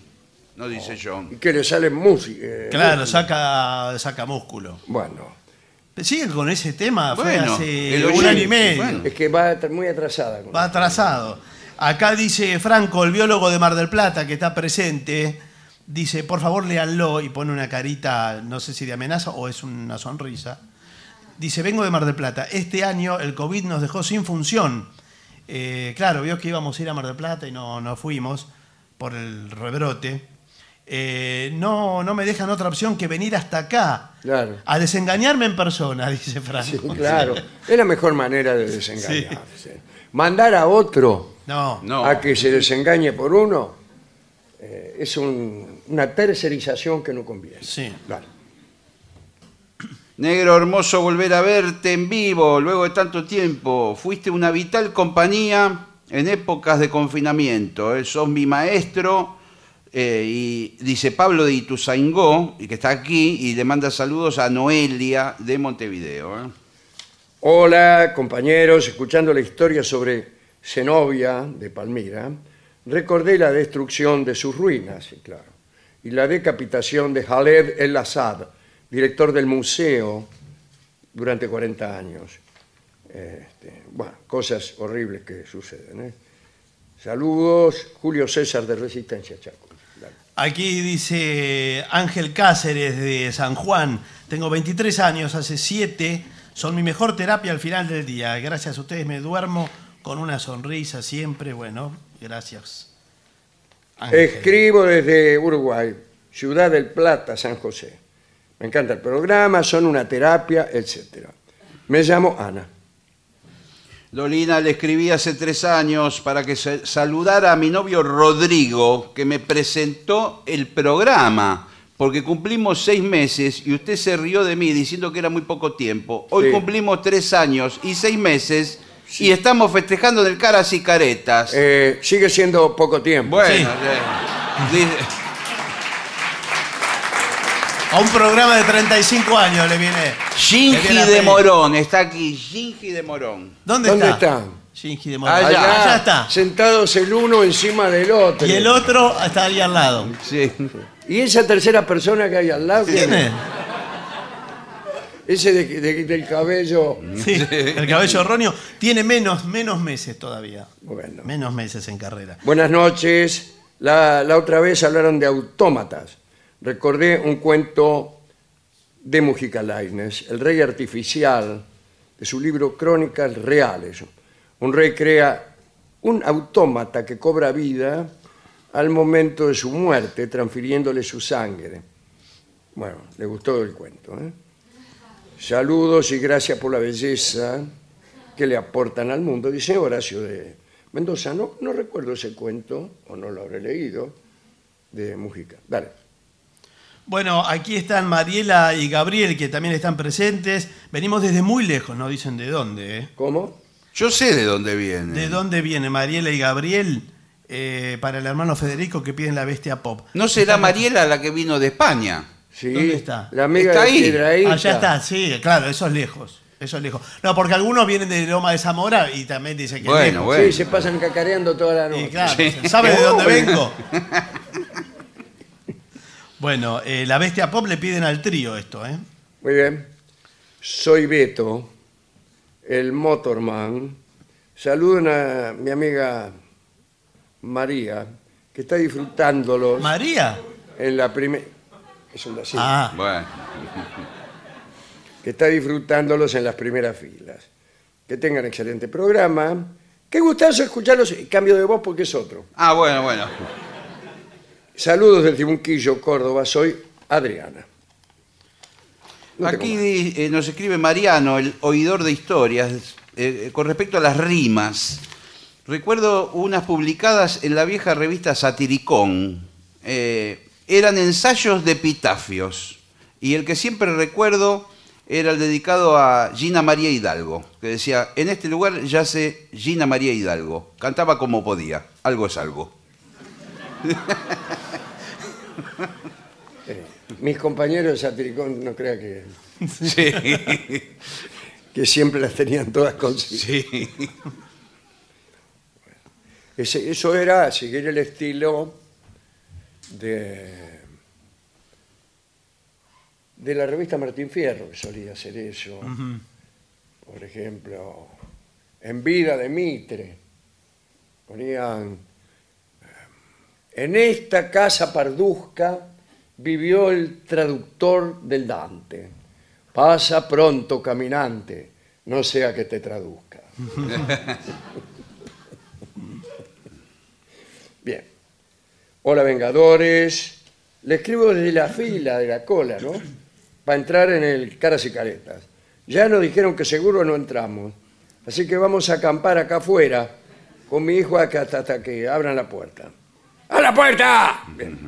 No dice John.
Y que le salen música. eh,
Claro,
música.
saca, saca músculo.
Bueno,
Siguen con ese tema. Fue
Bueno, el
hace
oyente,
un año y medio.
bueno.
es que va tra- muy atrasada. con-
Va atrasado. Acá dice Franco, el biólogo de Mar del Plata, que está presente, dice, por favor léanlo y pone una carita, no sé si de amenaza o es una sonrisa. Dice, vengo de Mar del Plata. Este año el COVID nos dejó sin función. Eh, claro, vio que íbamos a ir a Mar del Plata y no, no fuimos por el rebrote. Eh, no, no me dejan otra opción que venir hasta acá.
Claro.
A desengañarme en persona, dice Franco.
Sí, claro, es la mejor manera de desengañarse. Mandar a otro
No.
No.
a que se desengañe por uno eh, es un- una tercerización que no conviene.
Sí.
Claro.
Negro hermoso, volver a verte en vivo luego de tanto tiempo. Fuiste una vital compañía en épocas de confinamiento. ¿eh? Sos mi maestro. eh, y dice Pablo de Ituzaingó, y que está aquí, y le manda saludos a Noelia de Montevideo. ¿eh?
Hola compañeros, escuchando la historia sobre Zenobia de Palmira, recordé la destrucción de sus ruinas, sí, claro, y la decapitación de Jaled El Assad, director del museo durante 40 años. Este, bueno, cosas horribles que suceden. ¿eh? Saludos, Julio César de Resistencia Chaco. Claro.
Aquí dice Ángel Cáceres de San Juan. Tengo 23 años, hace 7. Son mi mejor terapia al final del día. Gracias a ustedes me duermo con una sonrisa siempre. Bueno, gracias
Escribo desde Uruguay, Ciudad del Plata, San José. Me encanta el programa, son una terapia, etc. Me llamo Ana.
Lolina le escribí hace tres años para que se- saludara a mi novio Rodrigo, que me presentó el programa, porque cumplimos seis meses y usted se rió de mí diciendo que era muy poco tiempo. Hoy
Sí.
cumplimos tres años y seis meses y estamos festejando del caras y caretas.
Eh, sigue siendo poco tiempo.
bueno,
sí.
eh, di-
A un programa de 35 años le viene. le
Ginji
viene a
de
pedir.
Morón, está aquí, Ginji de Morón.
¿Dónde,
¿Dónde
está?
está?
Ginji de Morón.
Allá.
Allá. está.
Sentados el uno encima del otro.
Y el otro está ahí al lado.
Sí.
¿Y esa tercera persona que hay al lado,
¿Quién
¿quién es?
es?
Ese de- de- del cabello.
Sí, el cabello erróneo tiene menos, menos meses todavía.
Bueno.
Menos meses en carrera.
Buenas noches. La, la otra vez hablaron de autómatas. Recordé un cuento de Mujica Lainez, El Rey Artificial, de su libro Crónicas Reales. Un rey crea un autómata que cobra vida al momento de su muerte, transfiriéndole su sangre. Bueno, le gustó el cuento. ¿eh? Saludos y gracias por la belleza que le aportan al mundo. Dice Horacio de Mendoza, no, no recuerdo ese cuento, o no lo habré leído, de Mujica. Dale.
Bueno, aquí están Mariela y Gabriel, que también están presentes. Venimos desde muy lejos, no dicen de dónde. ¿eh?
¿Cómo?
Yo sé de dónde
Mm.
viene.
¿De dónde viene Mariela y Gabriel? Eh, para el hermano Federico que piden la bestia pop.
¿No será Mariela la que vino de España?
Sí,
¿Dónde está?
La amiga
Está
de
ahí.
Piedrahíta.
Allá Ah, está, sí, claro, eso es lejos. Eso es lejos. No, porque algunos vienen de Loma de Zamora y también dicen que es
Bueno,
lejos.
bueno.
Sí, se pasan cacareando toda la noche.
Y claro, ¿sabe de dónde vengo? bueno, eh, la bestia pop le piden al trío esto, ¿eh?
Muy bien. Soy Beto, el Motorman. Saluden a mi amiga María, que está disfrutándolos
María.
en la primera... Es un vacío.
Ah,
Bueno.
que está disfrutándolos en las primeras filas. Que tengan excelente programa. Qué gustazo escucharlos. Cambio de voz porque es otro.
Ah, bueno, bueno.
Saludos del Tibunquillo, Córdoba. Soy Adriana. No te
Aquí di- eh, nos escribe Mariano, el oidor de historias, eh, con respecto a las rimas. Recuerdo unas publicadas en la vieja revista Satiricón. Eh, eran ensayos de epitafios. Y el que siempre recuerdo era el dedicado a Gina María Hidalgo, que decía, en este lugar yace Gina María Hidalgo. Cantaba como podía, algo es algo.
conozco. Mis compañeros de Satiricón no crean que, que siempre las tenían todas consigo.
sí.
Ese- Eso era seguir el estilo de, de la revista Martín Fierro, que solía hacer eso. Por ejemplo, En vida de Mitre, ponían, en esta casa parduzca vivió el traductor del Dante. Pasa pronto, caminante, no sea que te traduzca. Bien. Hola, Vengadores. Le escribo desde la fila de la cola, ¿no? Para entrar en el Caras y Caretas. Ya nos dijeron que seguro no entramos. Así que vamos a acampar acá afuera con mi hijo acá hasta, hasta que abran la puerta. ¡A la puerta! Bien.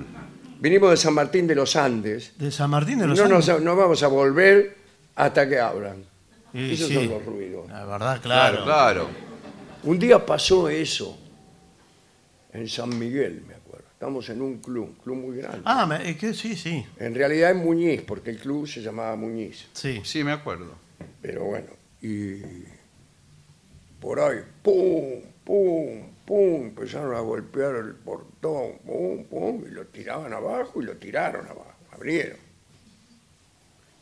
Vinimos de San Martín de los Andes.
de San Martín de los
No,
Andes.
nos, no vamos a volver hasta que abran.
Sí,
Esos
sí.
son los ruidos.
La verdad, claro.
Claro, claro.
Un día pasó eso en San Miguel, me acuerdo. Estamos en un club, club muy grande.
Ah, me- es que sí, sí,
En realidad en Muñiz, porque el club se llamaba Muñiz.
sí.
Sí, me acuerdo.
Pero bueno, y por ahí, pum, pum, pum, empezaron a golpear el portón, pum, pum, y lo tiraban abajo y lo tiraron abajo, abrieron.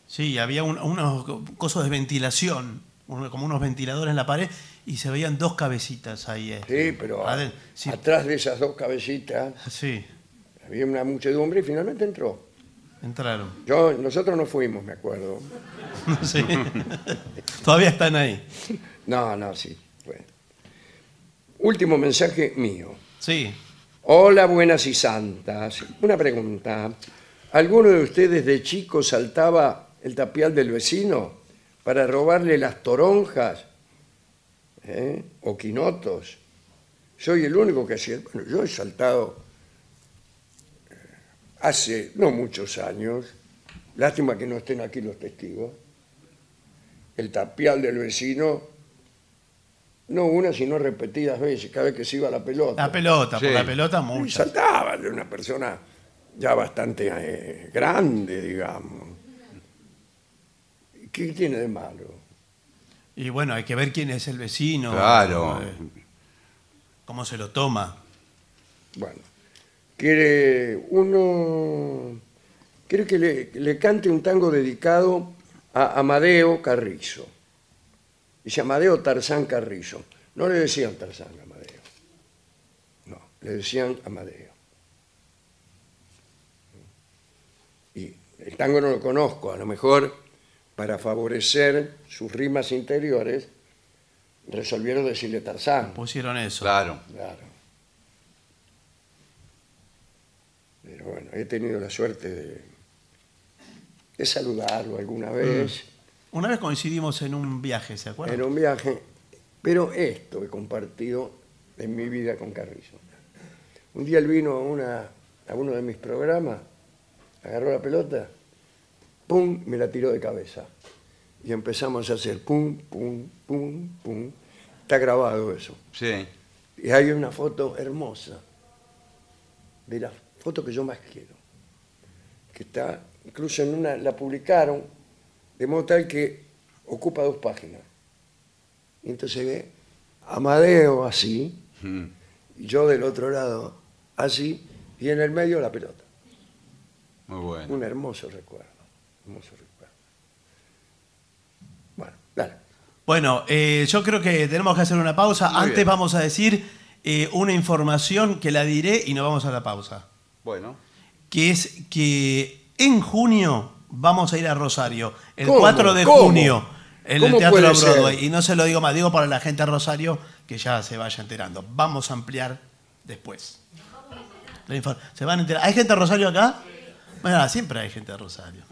Sí, había un- unos co- cosos de ventilación, uno- como unos ventiladores en la pared, y se veían dos cabecitas ahí. eh.
Sí, pero a-
Aden- sí,
atrás de esas dos cabecitas
sí,
había una muchedumbre y finalmente entró.
entraron.
Yo, nosotros no fuimos, me acuerdo.
Sí. Todavía están ahí.
No, no, sí. bueno. Último mensaje mío.
Sí.
Hola, buenas y santas. Una pregunta. ¿Alguno de ustedes de chico saltaba el tapial del vecino para robarle las toronjas ¿Eh? o quinotos? Soy el único que hacía. Bueno, yo he saltado eh, hace no muchos años. Lástima que no estén aquí los testigos. El tapial del vecino, no una, sino repetidas veces, cada vez que se iba la pelota.
La pelota,
Sí.
por la pelota
Y
muchas.
saltaba de una persona ya bastante eh, grande, digamos. ¿Qué tiene de malo?
Y bueno, hay que ver quién es el vecino.
Claro.
eh, Cómo se lo toma.
Bueno, quiere uno. Quiere que le, le cante un tango dedicado a Amadeo Carrizo. Dice Amadeo Tarzán Carrizo. No le decían Tarzán a Amadeo. No, le decían Amadeo. Y el tango no lo conozco, a lo mejor para favorecer sus rimas interiores resolvieron decirle Tarzán.
Pusieron eso.
Claro.
Claro. Pero bueno, he tenido la suerte de, de saludarlo alguna vez
Una vez coincidimos en un viaje, ¿se acuerdan?
en un viaje. Pero esto he compartido en mi vida con Carrizo. Un día él vino a, una, a uno de mis programas, agarró la pelota, pum, me la tiró de cabeza. Y empezamos a hacer pum, pum, pum, pum. Está grabado eso.
Sí.
Y hay una foto hermosa, de la foto que yo más quiero, que está, incluso en una, la publicaron, de modo tal que ocupa dos páginas. Y entonces se ve Amadeo así, y yo del otro lado así, y en el medio la pelota.
Muy bueno.
Un hermoso recuerdo, hermoso recuerdo. Bueno, dale.
Bueno, eh, yo creo que tenemos que hacer una pausa. Antes
bien.
vamos a decir eh, una información que la diré y nos vamos a la pausa.
Bueno.
Que es que en junio vamos a ir a Rosario. El
¿Cómo?
4 de
¿Cómo?
junio. En el
¿Cómo
Teatro
puede ser?
Broadway. Y no se lo digo más, digo para la gente de Rosario que ya se vaya enterando. Vamos a ampliar después. La infor- Se van a enterar. ¿Hay gente de Rosario acá? Bueno, siempre hay gente de Rosario.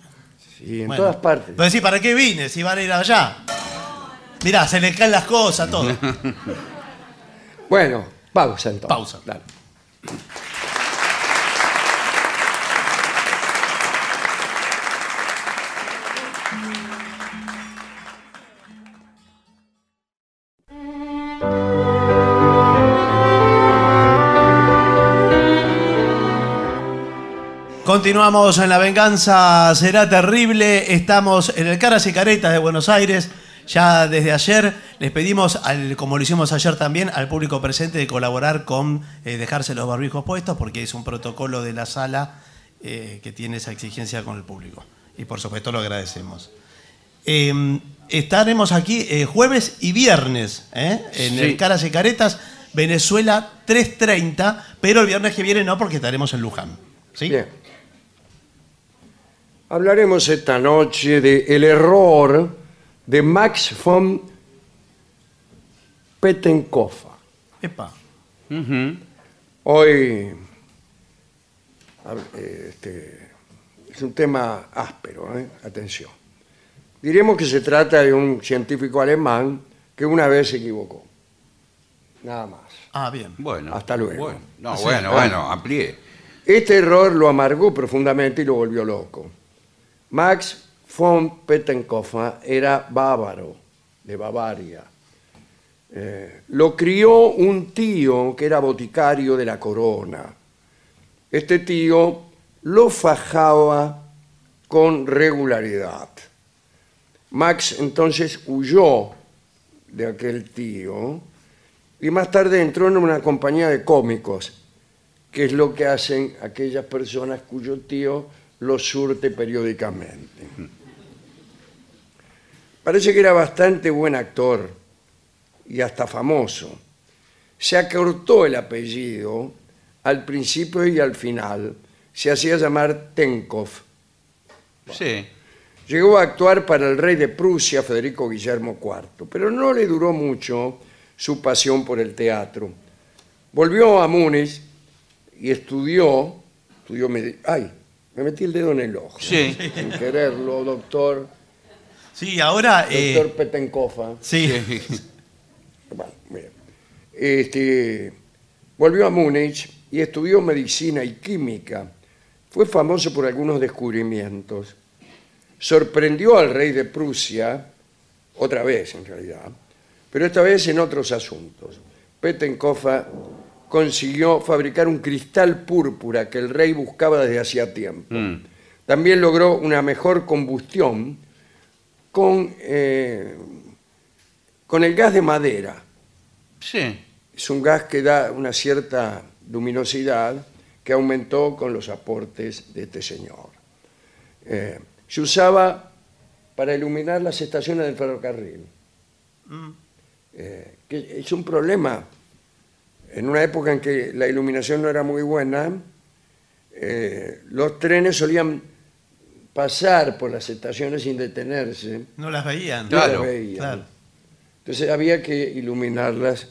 Y en
Bueno,
todas partes.
Pero sí, ¿para qué vine? Si van a ir allá. Mirá, se les caen las cosas, todo.
Bueno, pausa entonces.
Pausa.
Dale.
Continuamos en La Venganza Será Terrible. Estamos en el Caras y Caretas de Buenos Aires. Ya desde ayer les pedimos, al, como lo hicimos ayer también, al público presente de colaborar con eh, dejarse los barbijos puestos porque es un protocolo de la sala eh, que tiene esa exigencia con el público. Y por supuesto lo agradecemos. Eh, estaremos aquí eh, jueves y viernes ¿eh? en
Sí.
el Caras y Caretas, Venezuela 3.30, pero el viernes que viene no porque estaremos en Luján. ¿sí?
Bien. Hablaremos esta noche de el error de Max von Petenkofa.
Epa.
Hoy hab- eh, este, es un tema áspero, ¿eh? atención. Diremos que se trata de un científico alemán que una vez se equivocó. Nada más.
Ah, bien.
Bueno.
Hasta luego.
Bueno. No,
Así
bueno,
es.
bueno, amplíe.
Este error lo amargó profundamente y lo volvió loco. Max von Pettenkofer era bávaro, de Bavaria. Eh, lo crió un tío que era boticario de la corona. Este tío lo fajaba con regularidad. Max entonces huyó de aquel tío y más tarde entró en una compañía de cómicos que es lo que hacen aquellas personas cuyo tío los surte periódicamente. Parece que era bastante buen actor y hasta famoso. Se acortó el apellido al principio y al final. Se hacía llamar Tenkov.
Sí.
Llegó a actuar para el rey de Prusia, Federico Guillermo IV, pero no le duró mucho su pasión por el teatro. Volvió a Múnich y estudió, estudió medi- ay, me metí el dedo en el ojo.
Sí.
Sin quererlo, doctor,
Sí, ahora. eh,
doctor ¿ah? Petencofa.
sí.
Bueno, mire. Este, volvió a Múnich y estudió medicina y química. Fue famoso por algunos descubrimientos. Sorprendió al rey de Prusia, otra vez en realidad, pero esta vez en otros asuntos. Petenkofa consiguió fabricar un cristal púrpura que el rey buscaba desde hacía tiempo. También logró una mejor combustión con eh, con el gas de madera.
Sí.
Es un gas que da una cierta luminosidad que aumentó con los aportes de este señor. Eh, se usaba para iluminar las estaciones del ferrocarril. Eh, que es un problema. En una época en que la iluminación no era muy buena, eh, los trenes solían pasar por las estaciones sin detenerse.
No las veían.
No las
Claro,
veían.
claro.
Entonces había que iluminarlas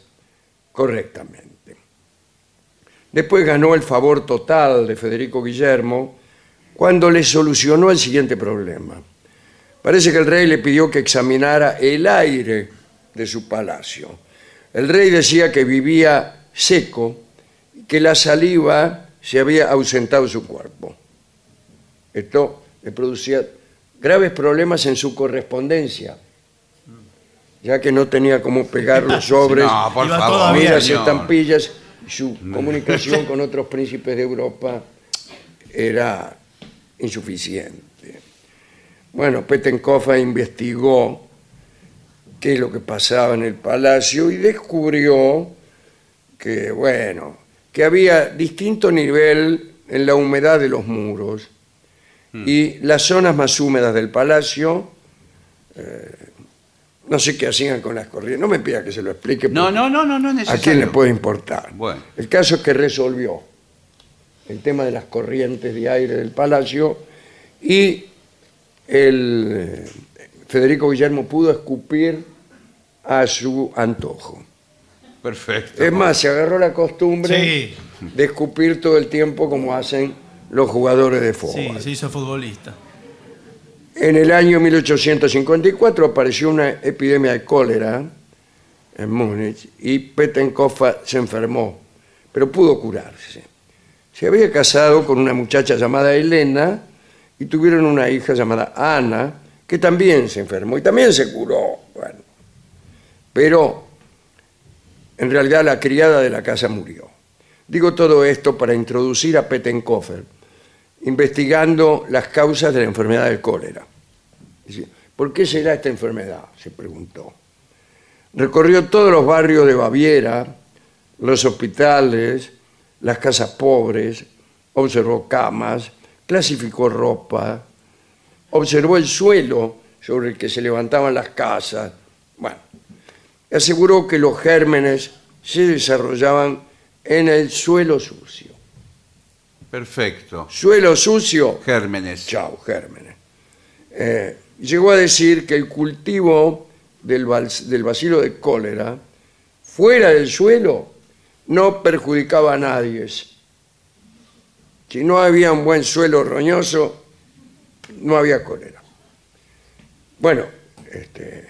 correctamente. Después ganó el favor total de Federico Guillermo cuando le solucionó el siguiente problema. Parece que el rey le pidió que examinara el aire de su palacio. El rey decía que vivía seco y que la saliva se había ausentado de su cuerpo. Esto le producía graves problemas en su correspondencia, ya que no tenía cómo pegar los sobres
No, por
Iba todo
favor.
bien,
Mira, las
señor.
estampillas, su comunicación con otros príncipes de Europa era insuficiente. Bueno, Petenkofa investigó qué es lo que pasaba en el palacio y descubrió que, bueno, que había distinto nivel en la humedad de los muros
Hmm.
y las zonas más húmedas del palacio, eh, no sé qué hacían con las corrientes, no me pida que se lo explique.
No,
porque-
no, no, no, no es
¿A
necesario.
quién le puede importar?
Bueno.
El caso es que resolvió el tema de las corrientes de aire del palacio y el eh, Federico Guillermo pudo escupir a su antojo.
Perfecto.
Es más, se agarró la costumbre de escupir todo el tiempo como hacen los jugadores de fútbol.
Sí, se hizo futbolista.
En el año 1854 apareció una epidemia de cólera en Múnich y Petenkofa se enfermó, pero pudo curarse. Se había casado con una muchacha llamada Elena y tuvieron una hija llamada Ana, que también se enfermó y también se curó. Bueno, pero en realidad la criada de la casa murió. Digo todo esto para introducir a Petenkofer, investigando las causas de la enfermedad del cólera. Es decir, ¿Por qué será esta enfermedad? se preguntó. Recorrió todos los barrios de Baviera, los hospitales, las casas pobres, observó camas, clasificó ropa, observó el suelo sobre el que se levantaban las casas. Bueno, aseguró que los gérmenes se desarrollaban en el suelo sucio.
Perfecto.
Suelo sucio,
Gérmenes.
chau, gérmenes. Eh, llegó a decir que el cultivo del, vals- del bacilo de cólera fuera del suelo no perjudicaba a nadie. Si no había un buen suelo roñoso, no había cólera. Bueno, este,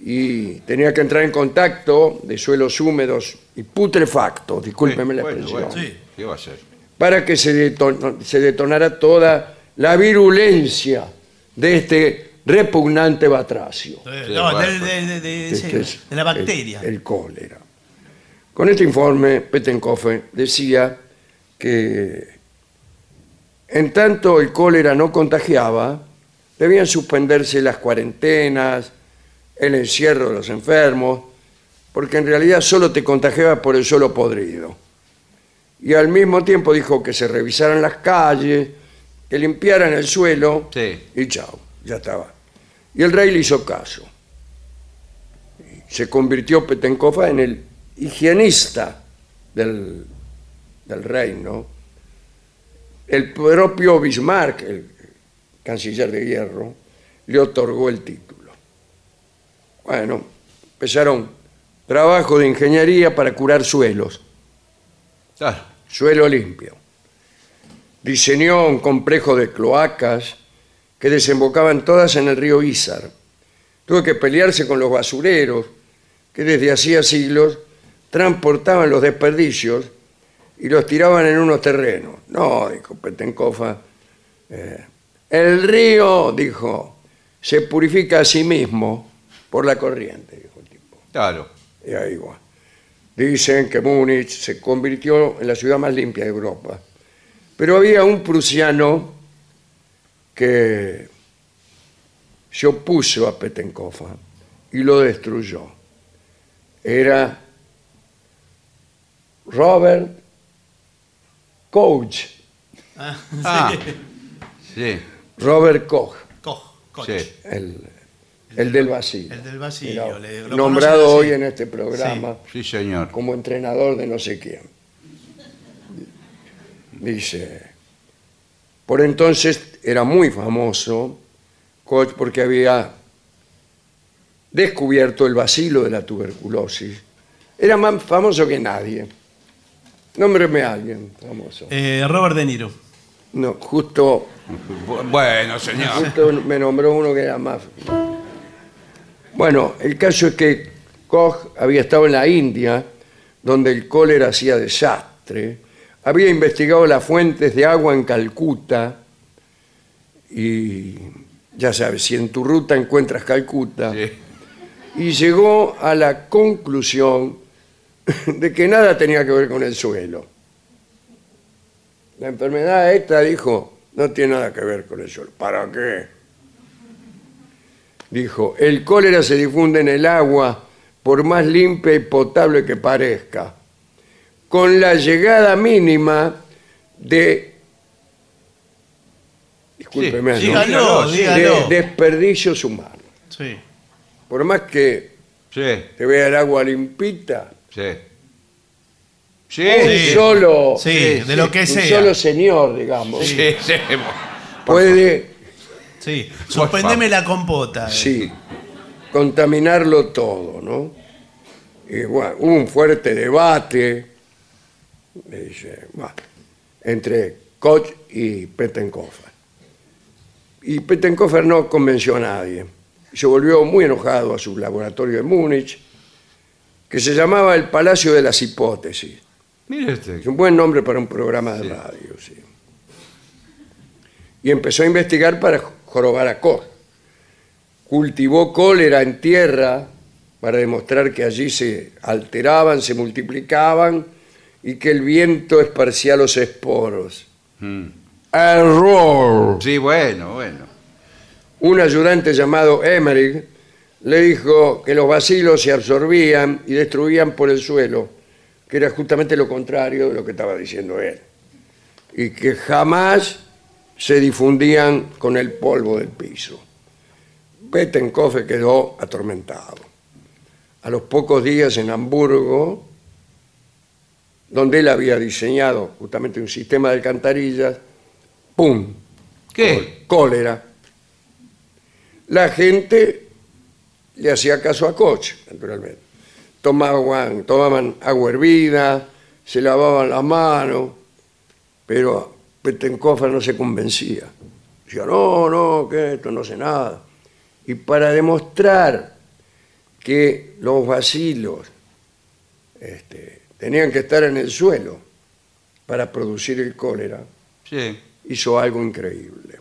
y tenía que entrar en contacto de suelos húmedos y putrefactos, discúlpeme la
Bueno,
expresión
bueno,
Sí.
¿Qué va a hacer?
para que se, deton- se detonara toda la virulencia de este repugnante batracio.
Eh,
Sí,
no,
bueno,
del- del- de, de- sí,
Este es
de la bacteria.
El, el cólera. Con este informe, Petenkofen decía que en tanto el cólera no contagiaba, debían suspenderse las cuarentenas, el encierro de los enfermos, porque en realidad solo te contagiaba por el suelo podrido. Y al mismo tiempo dijo que se revisaran las calles, que limpiaran el suelo
Sí.
y chao, ya estaba. Y el rey le hizo caso se convirtió Petencofa en el higienista del, del reino. El propio Bismarck, el canciller de hierro, le otorgó el título. Bueno, empezaron trabajo de ingeniería para curar suelos.
Claro.
suelo limpio. Diseñó un complejo de cloacas que desembocaban todas en el río Izar. Tuvo que pelearse con los basureros que desde hacía siglos transportaban los desperdicios y los tiraban en unos terrenos. No, dijo Petencofa. eh, el río, dijo, se purifica a sí mismo por la corriente, dijo el tipo.
Claro.
Y ahí va. Dicen que Múnich se convirtió en la ciudad más limpia de Europa. Pero había un prusiano que se opuso a Petenkofa y lo destruyó. Era Robert Koch.
Ah, sí.
Robert Koch,
Koch, Koch.
Sí.
el, el del vacío.
El del vacío,
Era
le- lo
nombrado
conocen así.
hoy en este programa.
Sí, señor.
como entrenador de no sé quién. Dice, por entonces era muy famoso Koch porque había descubierto el vacilo de la tuberculosis. Era más famoso que nadie. Nómbreme a alguien famoso.
Eh, Robert De Niro.
No, justo,
Bu- Bueno, señor.
justo me nombró uno que era más. Bueno, el caso es que Koch había estado en la India, donde el cólera hacía desastre, había investigado las fuentes de agua en Calcuta, y ya sabes, si en tu ruta encuentras Calcuta,
Sí.
y llegó a la conclusión de que nada tenía que ver con el suelo. La enfermedad esta, dijo, no tiene nada que ver con el suelo. ¿Para qué? Dijo, el cólera se difunde en el agua por más limpia y potable que parezca, con la llegada mínima de... Discúlpeme,
Sí,
¿no?
dígalo,
de
dígalo.
desperdicios humanos.
Sí.
Por más que
Sí,
te vea el agua limpita.
sí.
un
Sí,
solo,
Sí, de lo que
un
sea.
solo señor, digamos,
sí, sí.
puede
Sí.
Pues
Suspendeme la compota. eh.
sí, contaminarlo todo, ¿no? Y bueno, hubo un fuerte debate me dice, bueno, entre Koch y Pettenkofer. Y Pettenkofer no convenció a nadie. Se volvió muy enojado a su laboratorio de Múnich, que se llamaba el Palacio de las Hipótesis.
Mire
Es
este.
un buen nombre para un programa de radio, sí. Y empezó a investigar para jorobar a Koch. Cultivó cólera en tierra para demostrar que allí se alteraban, se multiplicaban y que el viento esparcía los esporos. ¡Error!
Sí, bueno, bueno.
un ayudante llamado Emmerich le dijo que los vacilos se absorbían y destruían por el suelo, que era justamente lo contrario de lo que estaba diciendo él, y que jamás se difundían con el polvo del piso. Bettenkofe quedó atormentado. A los pocos días en Hamburgo, donde él había diseñado justamente un sistema de alcantarillas, ¡pum!
¿Qué?
cólera. La gente le hacía caso a Koch, naturalmente. Tomaban, tomaban agua hervida, se lavaban las manos, pero Petencofa no se convencía. Decía, no, no, que esto no sé nada. Y para demostrar que los vacilos este, tenían que estar en el suelo para producir el cólera,
Sí.
hizo algo increíble.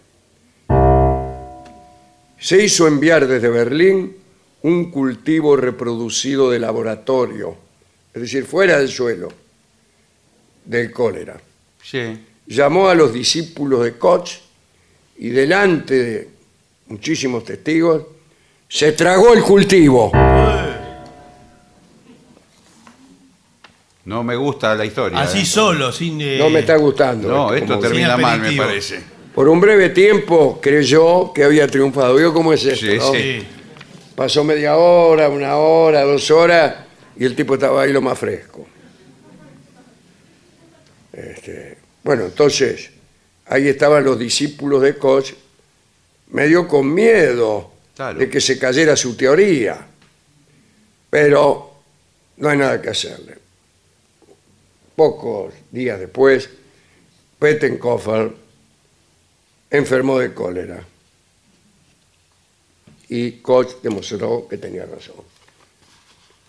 Se hizo enviar desde Berlín un cultivo reproducido de laboratorio, es decir, fuera del suelo, del cólera.
Sí.
Llamó a los discípulos de Koch y delante de muchísimos testigos, se tragó el cultivo.
No me gusta la historia.
Así
eh.
solo, sin. eh,
No me está gustando.
No, esto
como-
termina
Sin
mal, me
aperitivo.
parece.
Por un breve tiempo creyó que había triunfado. ¿Vio cómo es esto?
Sí,
no?
sí.
Sí.
Pasó media hora, una hora, dos horas, y el tipo estaba ahí lo más fresco. Este, bueno, entonces, ahí estaban los discípulos de Koch, medio con miedo
Claro.
de que se cayera su teoría. Pero no hay nada que hacerle. pocos días después, Pettenkofer enfermó de cólera. Y Koch demostró que tenía razón.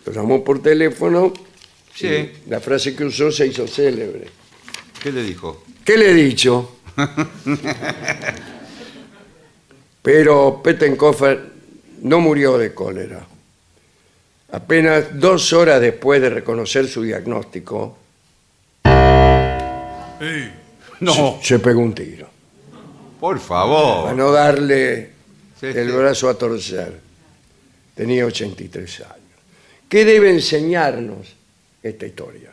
Lo llamó por teléfono
Sí.
y la frase que usó se hizo célebre.
¿Qué le dijo?
¿Qué le he dicho? Pero Pettenkofer no murió de cólera. Apenas dos horas después de reconocer su diagnóstico,
No,
se pegó un tiro.
por favor.
Para no darle
Sí,
el
sí.
brazo a torcer. Tenía 83 años. ¿Qué debe enseñarnos esta historia?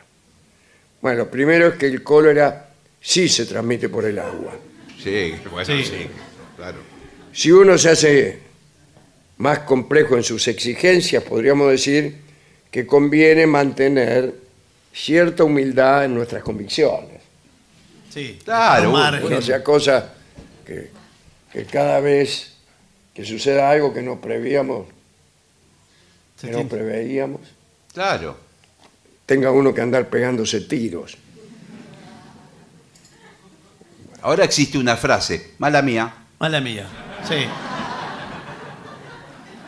Bueno, lo primero es que el cólera sí se transmite por el agua.
Sí, bueno, sí.
Sí.
Claro.
Si uno se hace más complejo en sus exigencias, podríamos decir que conviene mantener cierta humildad en nuestras convicciones.
Sí.
Claro,
Tomar
uno
Que no
ejemplo.
sea cosa que, que cada vez que suceda algo que no prevíamos,
Se
que no
tiene-
preveíamos,
Claro.
tenga uno que andar pegándose tiros.
Ahora existe una frase, mala mía.
Mala mía. Sí.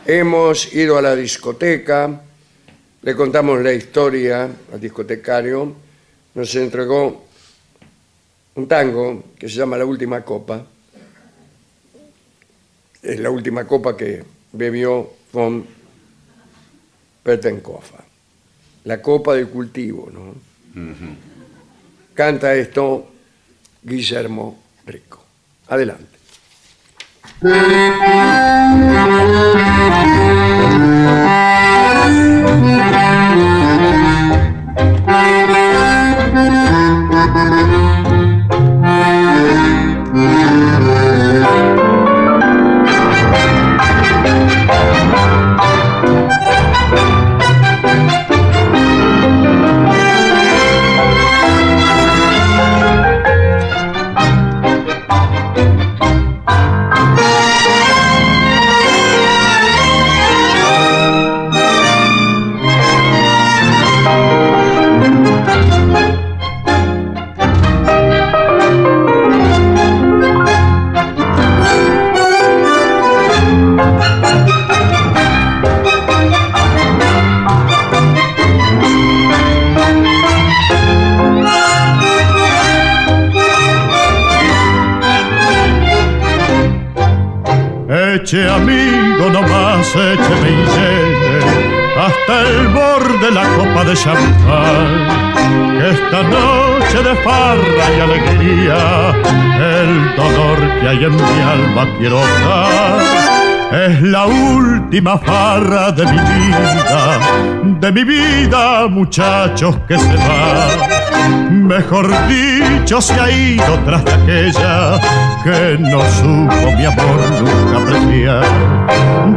Hemos ido a la discoteca, le contamos la historia al discotecario, nos entregó un tango que se llama La Última Copa. Es la última copa que bebió von Pettenkofa. La copa del cultivo, ¿no? Canta esto Guillermo Rico. Adelante.
Eche amigo nomás, eche me hasta el borde la copa de champán. Que esta noche de farra y alegría, el dolor que hay en mi alma quiero dar. Es la última farra de mi vida, de mi vida, muchachos que se va. Mejor dicho, se ha ido tras de aquella que no supo mi amor nunca apreciar.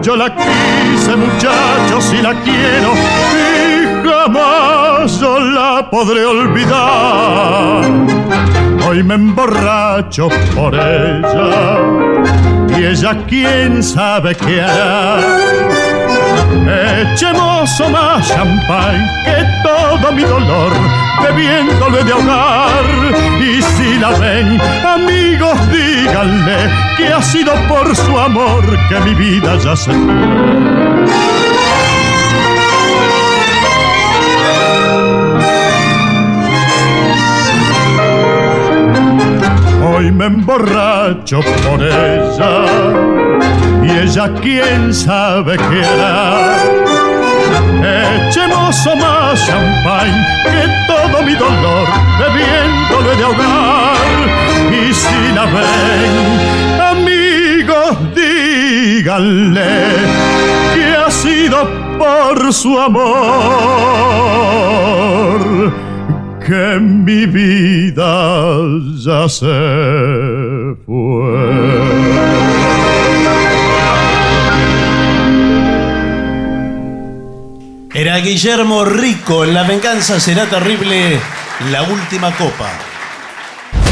Yo la quise, muchachos, y la quiero, y jamás yo la podré olvidar. Hoy me emborracho por ella, y ella quién sabe qué hará. Echemos o más champán que todo mi dolor bebiéndole de ahogar. Y si la ven, amigos, díganle que ha sido por su amor que mi vida ya se fue. Hoy me emborracho por ella y ella quién sabe qué hará. Echemos o más champán que todo mi dolor bebiéndole de ahogar. Y si la ven, amigos, díganle que ha sido por su amor que mi vida ya se fue.
Era Guillermo Rico. En La venganza será terrible. La última copa.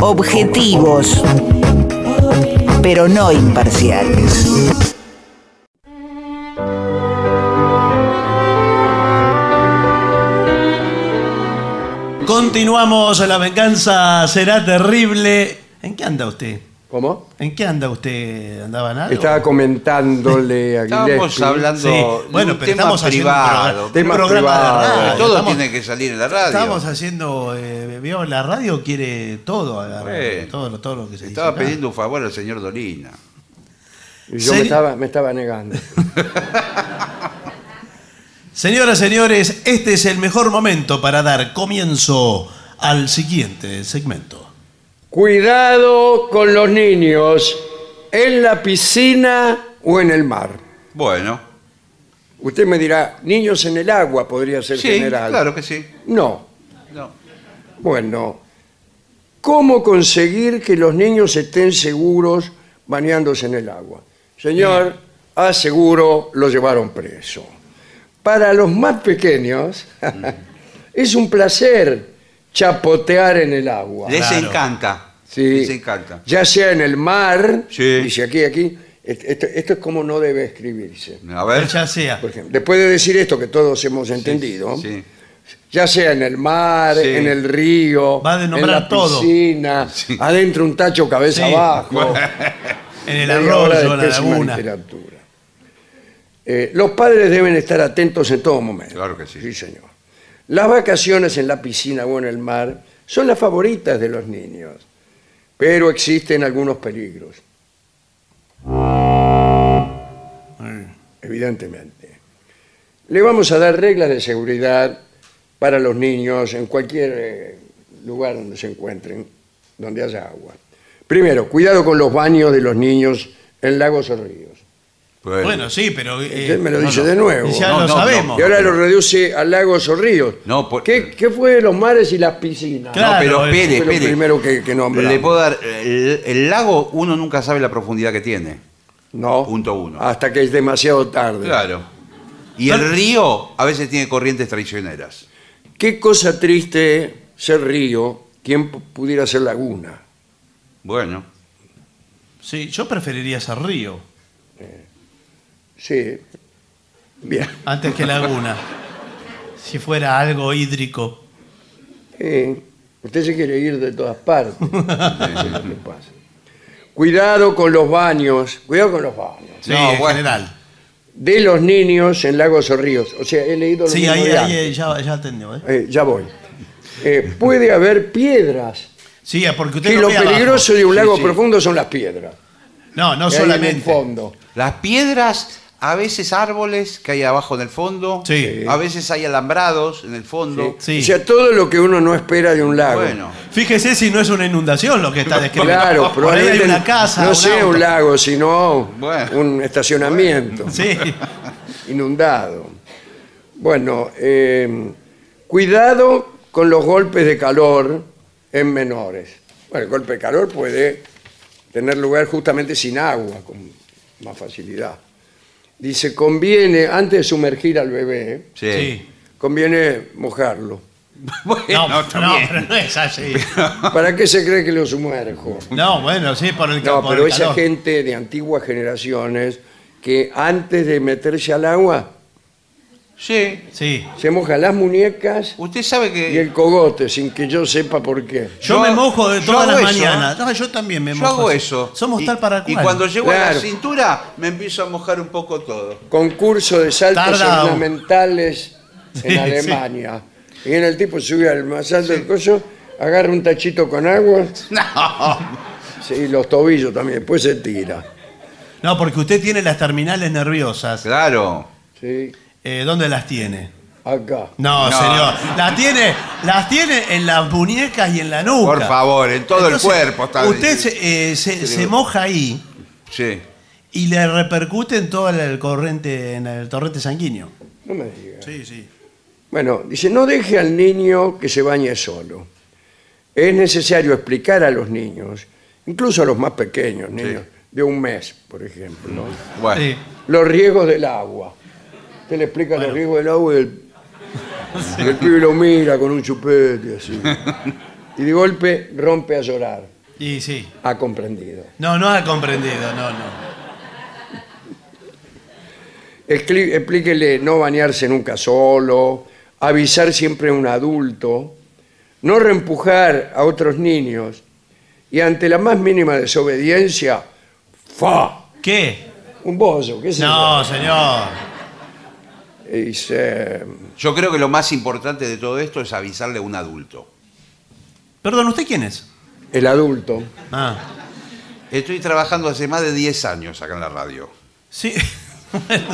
Objetivos, pero no imparciales.
Continuamos, la venganza será terrible. ¿En qué anda usted?
¿Cómo?
¿En qué anda usted? ¿Andaba en algo?
Estaba comentándole a
Ah, Estábamos
Gillespie.
hablando
Sí,
de
bueno,
un
pero
tema
estamos haciendo un
privado.
programa-
Tema
un programa de
privado.
radio.
Todo
Estamos-
tiene que salir en la radio.
Estamos haciendo. eh, veo, la radio quiere todo, agarrar,
Bueno.
todo, lo- todo lo que se dice
Estaba
acá.
pidiendo un favor al señor Dolina.
Y yo me
¿Serio?
estaba, me estaba negando.
Señoras, señores, este es el mejor momento para dar comienzo al siguiente segmento.
Cuidado con los niños en la piscina o en el mar.
Bueno,
Usted me dirá, niños en el agua podría ser
sí,
general.
claro que sí.
No.
No.
Bueno, ¿cómo conseguir que los niños estén seguros bañándose en el agua? Señor,
Mm.
aseguro lo llevaron preso. Para los más pequeños
Mm.
es un placer chapotear en el agua.
Les
Claro.
encanta.
Sí.
Les encanta.
Ya sea en el mar,
Sí.
dice aquí, aquí. Est- Esto, esto es como no debe escribirse.
A ver. Pues,
Ya sea.
Por ejemplo, después de decir esto que todos hemos entendido,
Sí.
ya sea en el mar,
Sí.
en el río,
Va de
en
nombrar
la
todo.
piscina, adentro un tacho cabeza
Sí.
abajo,
En el
media hora de
arroyo, en la
pésima
laguna.
literatura. Eh, los padres deben estar atentos en todo momento.
Claro que sí.
Sí, señor. Las vacaciones en la piscina o en el mar son las favoritas de los niños, pero existen algunos peligros. Evidentemente. Le vamos a dar reglas de seguridad para los niños en cualquier eh, lugar donde se encuentren, donde haya agua. Primero, cuidado con los baños de los niños en lagos o ríos.
Bueno.
Bueno, sí, pero. eh,
Usted me lo
no,
dice
no.
de nuevo.
Ya
No,
lo
no,
sabemos.
Y ahora lo reduce a lagos o ríos.
No, por-
¿Qué, qué fue de los mares y las piscinas?
Claro,
no, pero
eh,
espere,
Fue lo
espere.
primero que, que nombramos.
Le puedo dar. eh, El, el lago, uno nunca sabe la profundidad que tiene.
No.
Punto uno.
Hasta que es demasiado tarde.
Claro. Y el río a veces tiene corrientes traicioneras.
Qué cosa triste ser río, quien p- pudiera ser laguna.
Bueno.
Sí, yo preferiría ser río
Sí. Bien.
antes que laguna. si fuera algo hídrico.
Sí. Eh, Usted se quiere ir de todas partes. ¿Qué pasa? Cuidado con los baños. Cuidado con los baños.
Sí,
No,
en
bueno.
general.
De los niños en lagos o ríos. O sea, he leído lo
Sí,
mismo
ahí,
de
ahí,
antes.
eh, ya, ya atendió, ¿eh?
Eh, ya voy. Eh, puede haber piedras.
Sí, eh, porque usted
Y
no
lo
ve abajo.
peligroso de un
Sí,
lago
sí.
profundo son las piedras.
No, no
que hay en el
solamente.
fondo.
Las piedras, a veces árboles que hay abajo en el fondo.
Sí.
A veces hay alambrados en el fondo.
Sí.
Eh, O sea, todo lo que uno no espera de un lago.
Bueno.
Fíjese si no es una inundación lo que está describiendo.
Claro,
Por ahí hay
probablemente
una casa.
no
un
sea
auto.
un lago, sino
Bueno.
un estacionamiento
Sí,
inundado. Bueno, eh, cuidado con los golpes de calor en menores. Bueno, el golpe de calor puede tener lugar justamente sin agua, con más facilidad. Dice, conviene, antes de sumergir al bebé,
Sí.
sí.
conviene mojarlo.
No,
Bueno,
no,
está bien.
pero no es así.
¿Para qué se cree que lo sumerjo?
No, bueno, sí, por el, ca-
No,
por
pero
el
esa
calor.
gente de antiguas generaciones que antes de meterse al agua
Sí.
Sí.
se mojan las muñecas
Usted sabe que.
y el cogote sin que yo sepa por qué.
Yo,
Yo-
me mojo de
yo
todas las
hago eso, ¿eh?
mañanas. No, yo también me
Yo
mojo.
hago eso.
Somos
Y-
tal para cual.
Y cuando llego a
Claro.
la cintura, me empiezo a mojar un poco todo.
Concurso de saltos
Tarda un-
ornamentales
Sí,
en Alemania. Y en el tipo sube al más alto del coso, agarra un tachito con agua sí, y los tobillos también, después se tira.
No, porque usted tiene las terminales nerviosas.
Claro.
Sí,
Eh, ¿Dónde las tiene?
acá.
No,
No.
señor. Las tiene, las tiene en las muñecas y en la nuca.
Por favor, en todo
Entonces,
el cuerpo. Está
Usted se, eh, se- se moja ahí
Sí.
y le repercute en todo el corriente, en el torrente sanguíneo.
No me digas.
Sí, sí.
Bueno, dice, no deje al niño que se bañe solo. Es necesario explicar a los niños, incluso a los más pequeños, niños de un mes, por ejemplo.
Bueno,
Sí.
Los riesgos del agua. Usted le explica los riesgos del agua y el, y el pibe lo mira con un chupete así. Y de golpe rompe a llorar.
Y sí.
Ha comprendido.
No, no ha comprendido, no, no.
Expli- Explíquele no bañarse nunca solo, avisar siempre a un adulto, no reempujar a otros niños y ante la más mínima desobediencia, ¡fa!
¿Qué?
Un bollo, qué sé
No, señor.
yo. Y se-
yo creo que lo más importante de todo esto es avisarle a un adulto.
Perdón, ¿usted quién es?
el adulto.
Ah.
Estoy trabajando hace más de 10 años acá en la radio.
Sí. Bueno,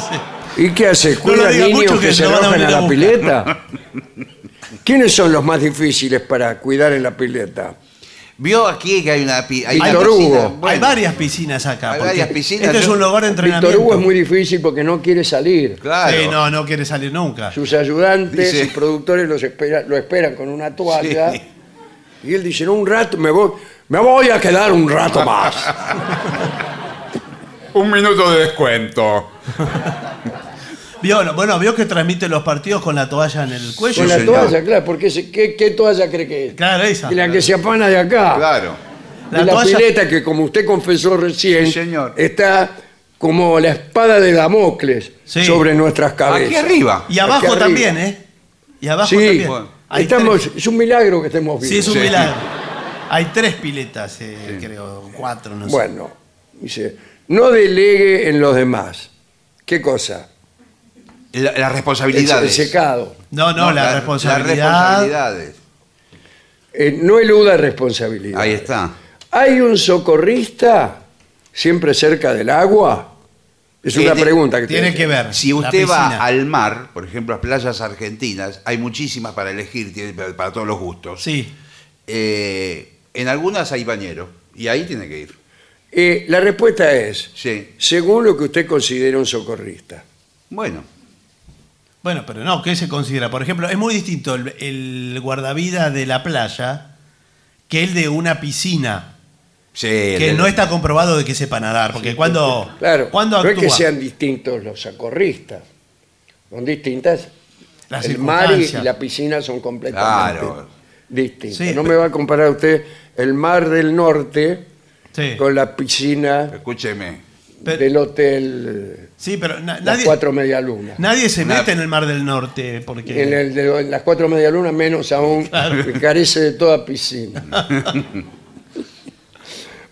sí.
¿Y qué hace?
lo
¿Cuida
diga
niños
mucho
que,
que
se
lo van a
enojan
venir
a
a
la
buscar.
pileta? ¿Quiénes son los más difíciles para cuidar en la pileta?
Vio aquí que hay una pi- hay
Víctor
una piscina?
Hugo.
Bueno,
hay varias piscinas acá.
Hay
porque
varias piscinas,
Este es
yo-
un lugar de entrenamiento.
Víctor Hugo es muy difícil porque no quiere salir.
Claro.
Sí, no, no quiere salir nunca.
Sus ayudantes
Dice-
y productores los espera- lo esperan con una toalla. Y él dice, no, un rato, me voy, me voy a quedar un rato más.
Un minuto de descuento.
Vio, no, bueno, vio que transmite los partidos con la toalla en el cuello.
Con la
señor.
toalla, claro, porque se- ¿qué, qué toalla cree que es?
Claro, esa.
De la que se apana de acá.
Claro.
De
La
la,
toalla-
pileta que, como usted confesó recién,
Sí, señor.
está como la espada de Damocles
Sí.
sobre nuestras cabezas.
Aquí arriba.
Y abajo
Aquí arriba.
también, ¿eh? Y abajo
Sí,
también.
Bueno.
Hay
estamos, es un milagro que estemos
tres-
vivos.
sí, es un
Sí.
milagro. Hay tres piletas, eh, creo, cuatro, no sé.
Bueno, dice, no delegue en los demás. ¿Qué cosa?
La- las
El,
responsabilidades.
el secado.
No, no, la,
las-
responsabilidad.
Las responsabilidades.
Eh, no eluda responsabilidad.
Ahí está.
¿Hay un socorrista siempre cerca del agua? Es una
Tiene-
pregunta que
Tiene
te-
que ver.
Si
la
usted va
piscina.
al mar, por ejemplo, a playas argentinas, hay muchísimas para elegir, tiene para para todos los gustos.
Sí.
Eh, en algunas hay bañero y ahí tiene que ir.
Eh, la respuesta es,
Sí.
según lo que usted considera un socorrista.
Bueno,
Bueno, pero no, ¿qué se considera? Por ejemplo, es muy distinto el, el guardavida de la playa que el de una piscina,
sí,
que
el-
no está comprobado de que sepa nadar, porque cuando,
Claro,
cuando
no es que
actúa,
sean distintos los socorristas. Son distintas.
las
el mar y
circunstancias.
la piscina son completamente
Claro.
distintas.
Sí,
no
pe-
me va a comparar usted el mar del norte
Sí.
con la piscina
Escúcheme.
Pero-
del hotel
Sí, pero na-
Las
nadie,
Cuatro Medialunas.
nadie se
Na-
mete en el Mar del Norte porque...
En, el de- en las cuatro medialunas menos aún, que carece de toda piscina.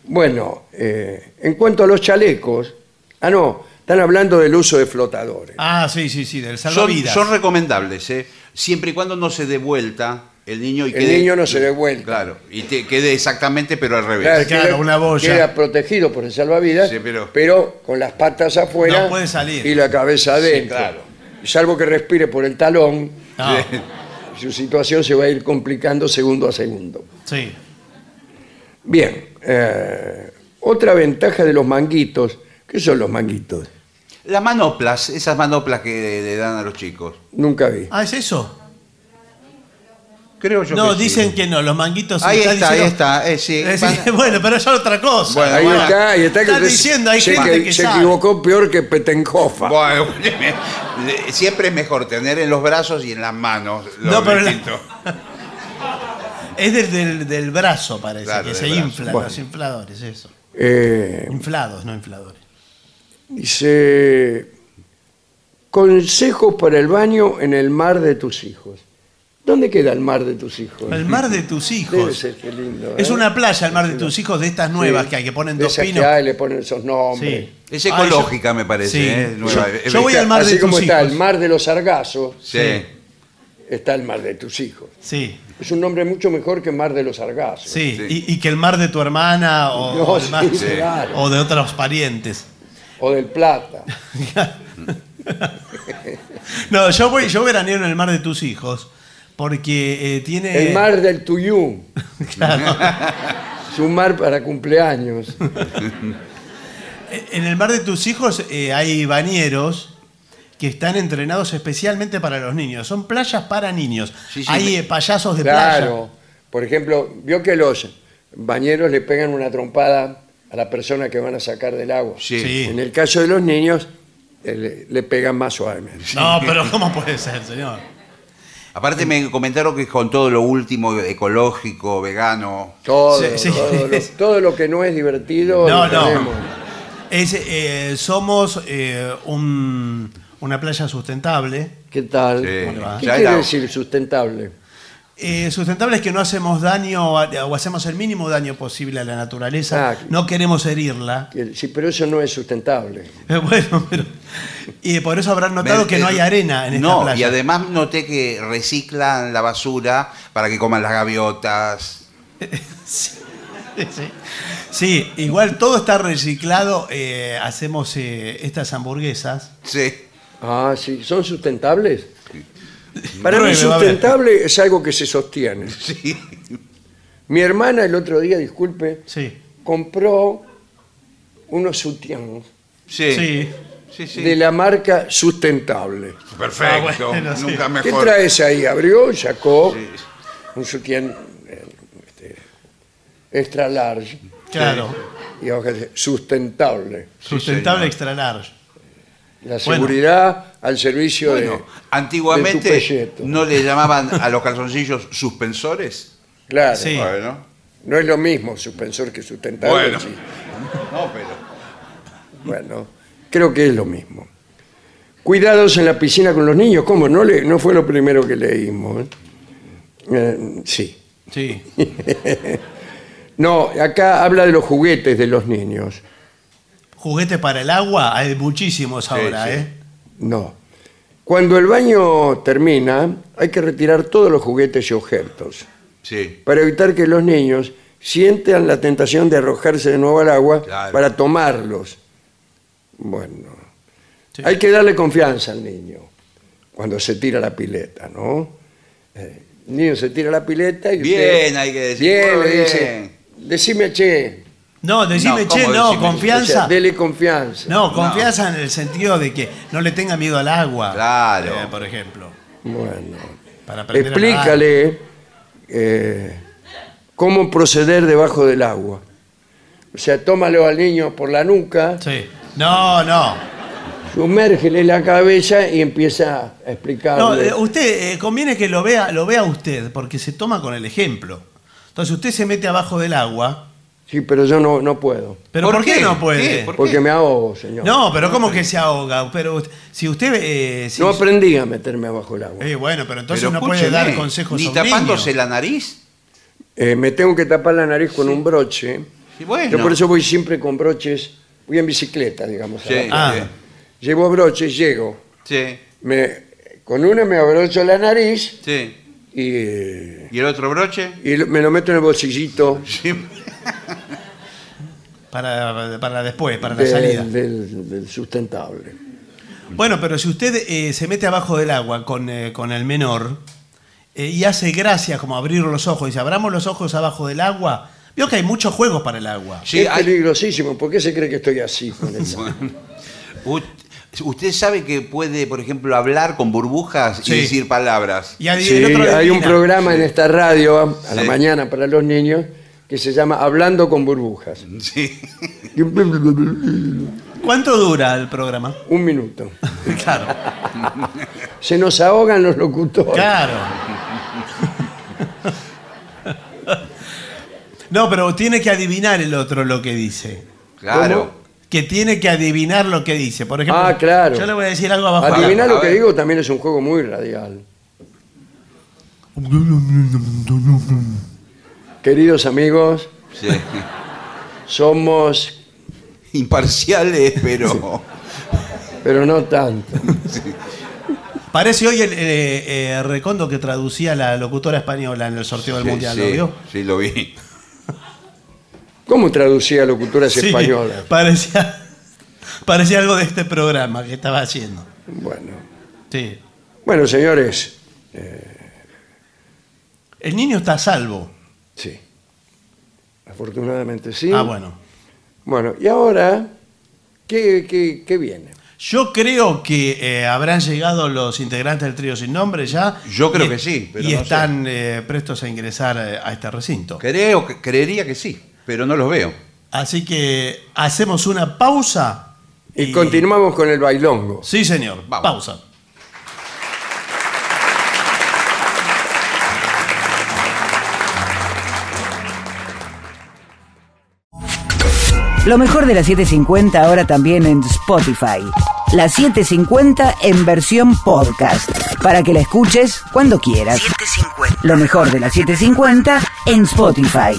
bueno, eh, en cuanto a los chalecos, ah no, están hablando del uso de flotadores.
Ah, sí, sí, sí, del
Son,
salvavidas.
son recomendables, ¿eh? siempre y cuando no se dé vuelta el niño y
El niño no se dé vuelta.
Claro, y te quede exactamente, pero al revés.
pues, claro, una boya.
Queda protegido por el salvavidas,
Sí, pero-
pero con las patas afuera
No puede salir.
y la cabeza adentro.
claro.
Salvo que respire por el talón,
No,
su situación se va a ir complicando segundo a segundo.
sí.
Bien, eh, otra ventaja de los manguitos, ¿qué son los manguitos?
Las manoplas, esas manoplas que le dan a los chicos.
Nunca vi.
Ah, ¿es eso?
Creo yo
No,
que sí.
dicen que no, los manguitos...
Ahí
están
está, ahí
diciendo-
está. eh, sí.
Eh, sí,
Van-
bueno, pero eso es otra cosa.
Bueno,
ahí
bueno.
está, ahí está.
Están
usted
diciendo, hay
se,
gente
que-
que
se
sabe.
equivocó peor que Petencofa.
Bueno, escúcheme, le- siempre es mejor tener en los brazos y en las manos. lo
No, pero la-
distinto.
Es del, del, del brazo, parece,
Claro,
que
del
se
brazo.
inflan
Bueno.
los infladores, eso.
Eh,
Inflados, no infladores.
dice, consejos para el baño en el mar de tus hijos. ¿Dónde queda el mar de tus hijos?
El mar de tus
Pues Debe
hijos.
ser, qué lindo,
Es
¿eh?
una playa, el mar de tus hijos, de estas nuevas
Sí,
que hay, que ponen
de
dos
esas que
pinos.
hay, le ponen esos nombres.
Sí.
Es
Ah, yo-
ecológica, me parece.
Sí.
¿eh? Nueva-
Yo-
eh,
yo voy
está-
al mar
Así
de
como
tus
está
hijos.
el mar de los sargazos,
Sí.
está el mar de tus hijos.
Sí,
Es un nombre mucho mejor que Mar de los Sargazos.
sí.
Sí.
Y, y que el mar de tu hermana o,
No,
o el
sí,
mar-
sí. claro.
o de otros parientes.
O del Plata.
No, yo voy, yo veraneo en el mar de tus hijos porque eh, tiene.
El Mar del Tuyú.
Claro.
Su mar para cumpleaños.
en el mar de tus hijos eh, hay bañeros que están entrenados especialmente para los niños. Son playas para niños.
Sí, sí,
hay
me-
eh, payasos de playa.
Claro. Por ejemplo, vio que los bañeros le pegan una trompada a la persona que van a sacar del agua.
Sí.
Sí.
En el caso de los niños, eh, le, le pegan más suavemente.
No, pero ¿cómo puede ser, señor?
Aparte me comentaron que es con todo lo último ecológico, vegano.
Todo,
Sí, sí.
Todo, lo, todo lo que no es divertido.
No,
lo
no.
tenemos.
Es, eh, somos eh, un- una playa sustentable.
¿Qué tal?
Sí.
¿Qué
Ya
quiere
era-
decir sustentable?
Eh, sustentable es que no hacemos daño a- o hacemos el mínimo daño posible a la naturaleza.
Ah.
no queremos herirla.
Que- Sí, pero eso no es sustentable.
Eh, Bueno, pero. Y por eso habrán notado que no hay arena en esta
eh, No,
playa.
y además noté que reciclan la basura para que coman las gaviotas.
Sí. Sí, igual todo está reciclado. eh, hacemos eh, estas hamburguesas.
Sí.
Ah, sí, ¿son sustentables? Para mí
Pruebe, va a ver.
sustentable es algo que se sostiene.
Sí.
Mi hermana el otro día, disculpe,
Sí.
compró unos sutián
Sí.
Sí.
Sí, sí.
de la marca Sustentable.
Perfecto.
Ah, bueno, sí.
Nunca
¿Qué
mejor.
traes ahí? Abrió, sacó
Sí.
un sutián eh, este, extra large
Claro.
y abajo dice, sustentable.
Sustentable
señor.
extra large.
La
Bueno.
seguridad al servicio de...
Bueno,
de tu
antiguamente
pelleto.
no le llamaban a los calzoncillos suspensores.
Claro,
Sí.
Bueno.
no es lo mismo suspensor que sustentable.
Bueno.
sí.
No, pero.
Bueno, creo que es lo mismo. Cuidados en la piscina con los niños. ¿Cómo? No, le, no fue lo primero que leímos. ¿eh? Eh, sí.
Sí.
No, acá habla de los juguetes de los niños.
Juguetes para el agua, hay muchísimos ahora,
sí.
¿eh?
No. Cuando el baño termina, hay que retirar todos los juguetes y objetos
Sí.
para evitar que los niños sientan la tentación de arrojarse de nuevo al agua
Claro.
para tomarlos. Bueno,
Sí.
hay que darle confianza al niño cuando se tira la pileta, ¿no? Eh, el niño se tira la pileta y usted-
Bien, hay que decir.
bien,
muy
le
bien.
dice, decime che,
No, decime,
No,
che,
¿cómo
no,
decime?
o sea,
confianza.
dele confianza.
No, confianza en el sentido de que no le tenga miedo al agua.
Claro.
eh, por ejemplo.
Bueno,
Para aprender a nadar.
explícale eh, cómo proceder debajo del agua. O sea, tómalo al niño por la nuca,
Sí. No, no.
sumérgele la cabeza y empieza a
No,
explicarle.
eh, usted eh, conviene que lo vea, lo vea usted, porque se toma con el ejemplo. Entonces usted se mete abajo del agua.
sí, pero yo no, no puedo,
Pero ¿por,
¿Por
qué?
qué?
no puede?
¿Qué? ¿Por
porque me ahogo, señor.
No, pero ¿cómo que se ahoga? Pero usted- si usted eh, si-
No aprendí a meterme abajo el agua.
Eh, bueno, pero entonces
Pero
no puede
escúcheme,
dar consejos
Ni
a un
tapándose
niño.
la nariz.
Eh, me tengo que tapar la nariz con un broche.
Sí, bueno.
Yo por eso voy siempre con broches, voy en bicicleta, digamos. a
Sí,
la
Ah.
sí,
Llevo broches, llego.
sí,
Me, con una me abrocho la nariz
sí.
y... eh,
¿Y el otro broche?
y lo- me lo meto en el bolsillito
Sí.
Para, para después, para la
del-
salida.
del- del sustentable.
Bueno, pero si usted eh, se mete abajo del agua con, eh, con el menor eh, y hace gracia como abrir los ojos, dice, abramos los ojos abajo del agua, veo que hay muchos juegos para el agua.
Sí,
es
hay-
peligrosísimo. ¿Por qué se cree que estoy así? con esa?
U- Usted sabe que puede, por ejemplo, hablar con burbujas
Sí.
y decir palabras.
Y adi-
Sí,
el otro
hay un
adivina.
programa en esta radio a la
Sí.
mañana para los niños que se llama Hablando con burbujas.
Sí.
Un
¿Cuánto dura el programa?
minuto.
Claro,
Se nos ahogan los locutores.
claro. No, pero tiene que adivinar el otro lo que dice.
Claro.
Que tiene que adivinar lo que dice. Por ejemplo,
Ah, claro.
yo le voy a decir algo abajo. del
Adivinar
Bueno,
lo
a
que
ver.
digo también es un juego muy radial. Queridos amigos,
Sí.
somos,
Imparciales, pero.
pero no tanto.
Parece hoy el eh, eh, recondo que traducía la locutora española en el sorteo del
Sí,
mundial,
sí,
¿lo vio?
sí, lo vi.
¿Cómo traducía locutoras
Sí,
españolas?
Parecía, parecía algo de este programa que estaba haciendo.
Bueno.
Sí.
Bueno, señores,
El niño está a salvo.
sí. Afortunadamente sí.
Ah, bueno.
Bueno, y ahora, ¿qué, qué- qué viene?
Yo creo que eh, habrán llegado los integrantes del trío sin nombre ya.
Yo creo
Y-
que sí, pero
y
no
están eh, prestos a ingresar eh, a este recinto.
Creo, que- creería que sí, pero no los veo.
Así que hacemos una pausa.
Y, continuamos con el bailongo.
Sí, señor. Pausa.
Lo mejor de la 750 ahora también en Spotify. La 750 en versión podcast. Para que la escuches cuando quieras. Lo mejor de la 750 en Spotify.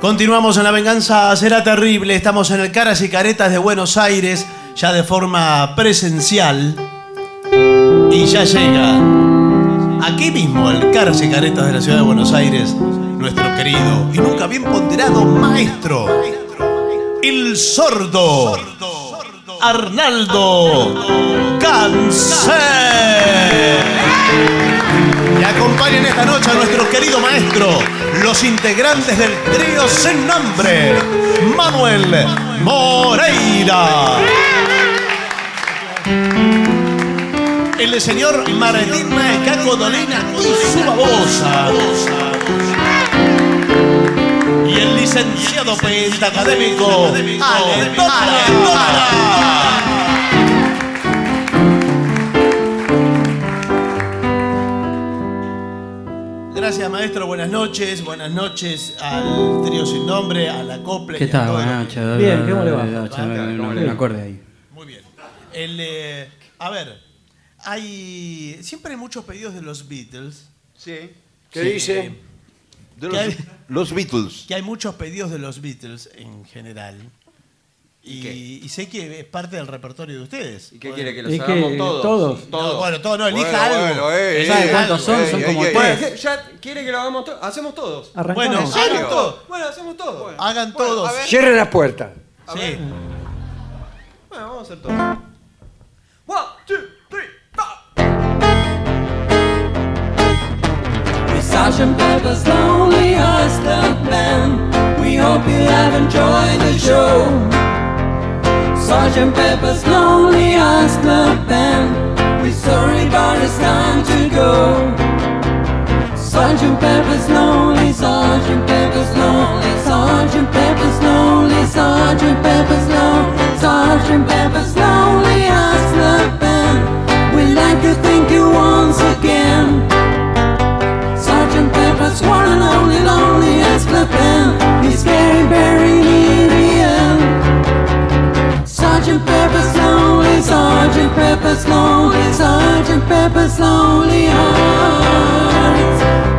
Continuamos en La Venganza Será Terrible. Estamos en el Caras y Caretas de Buenos Aires, ya de forma presencial. Y ya llega aquí mismo el Caras y Caretas de la Ciudad de Buenos Aires, nuestro querido y nunca bien ponderado maestro, el sordo Arnaldo Cancel. Y acompañen esta noche a nuestro querido maestro, los integrantes del trío sin nombre, Manuel Moreira. El señor Martín Maecaco Dolina y su babosa. Y el licenciado pentacadémico Ale Tora. Gracias, maestro. Buenas noches. Buenas noches al trío sin nombre, a la copla.
¿Qué
y a
tal?
todo
Buenas
lo que-
noches.
Bien, ¿cómo le va?
Buenas noches,
Ah,
No
¿cómo
me
le va?
acorde ahí.
Muy bien. El, eh, a ver, hay siempre hay muchos pedidos de los Beatles. Sí.
¿Qué dice?
De
los- los Beatles.
Que hay muchos pedidos de los Beatles en general. Y, y sé que es parte del repertorio de ustedes. ¿Y
qué quiere que
los ¿Y qué? hagamos todos? ¿Todos?
bueno, todos no, elija
Bueno,
algo.
bueno, eh, ¿Sabe eh, cuántos son? eh, Son como eh, tres.
Bueno, ya quiere que lo hagamos todos. Hacemos todos.
Arrancamos. pues, Bueno,
hacemos
¿serio?
todos. Bueno, hacemos todos. Bueno,
Hagan
bueno,
todos.
a ver.
Cierre las puertas.
Sí.
Bueno, vamos a hacer todos. One, two, three,
We're Sergeant Pepper's Lonely Oyster Band. We hope you have enjoyed the show. Sergeant Pepper's Lonely Oyster Band. We're sorry, but it's time to go. Sergeant Pepper's Lonely, Sergeant Pepper's Lonely, Sergeant Pepper's Lonely, Sergeant Pepper's Lonely, Sergeant Pepper's Lonely Oyster Band. We like to thank you once again. Sergeant Pepper's one and only lonely as club band is very, very near the end. Sergeant Pepper's lonely, Sergeant Pepper's lonely, Sergeant Pepper's lonely hearts.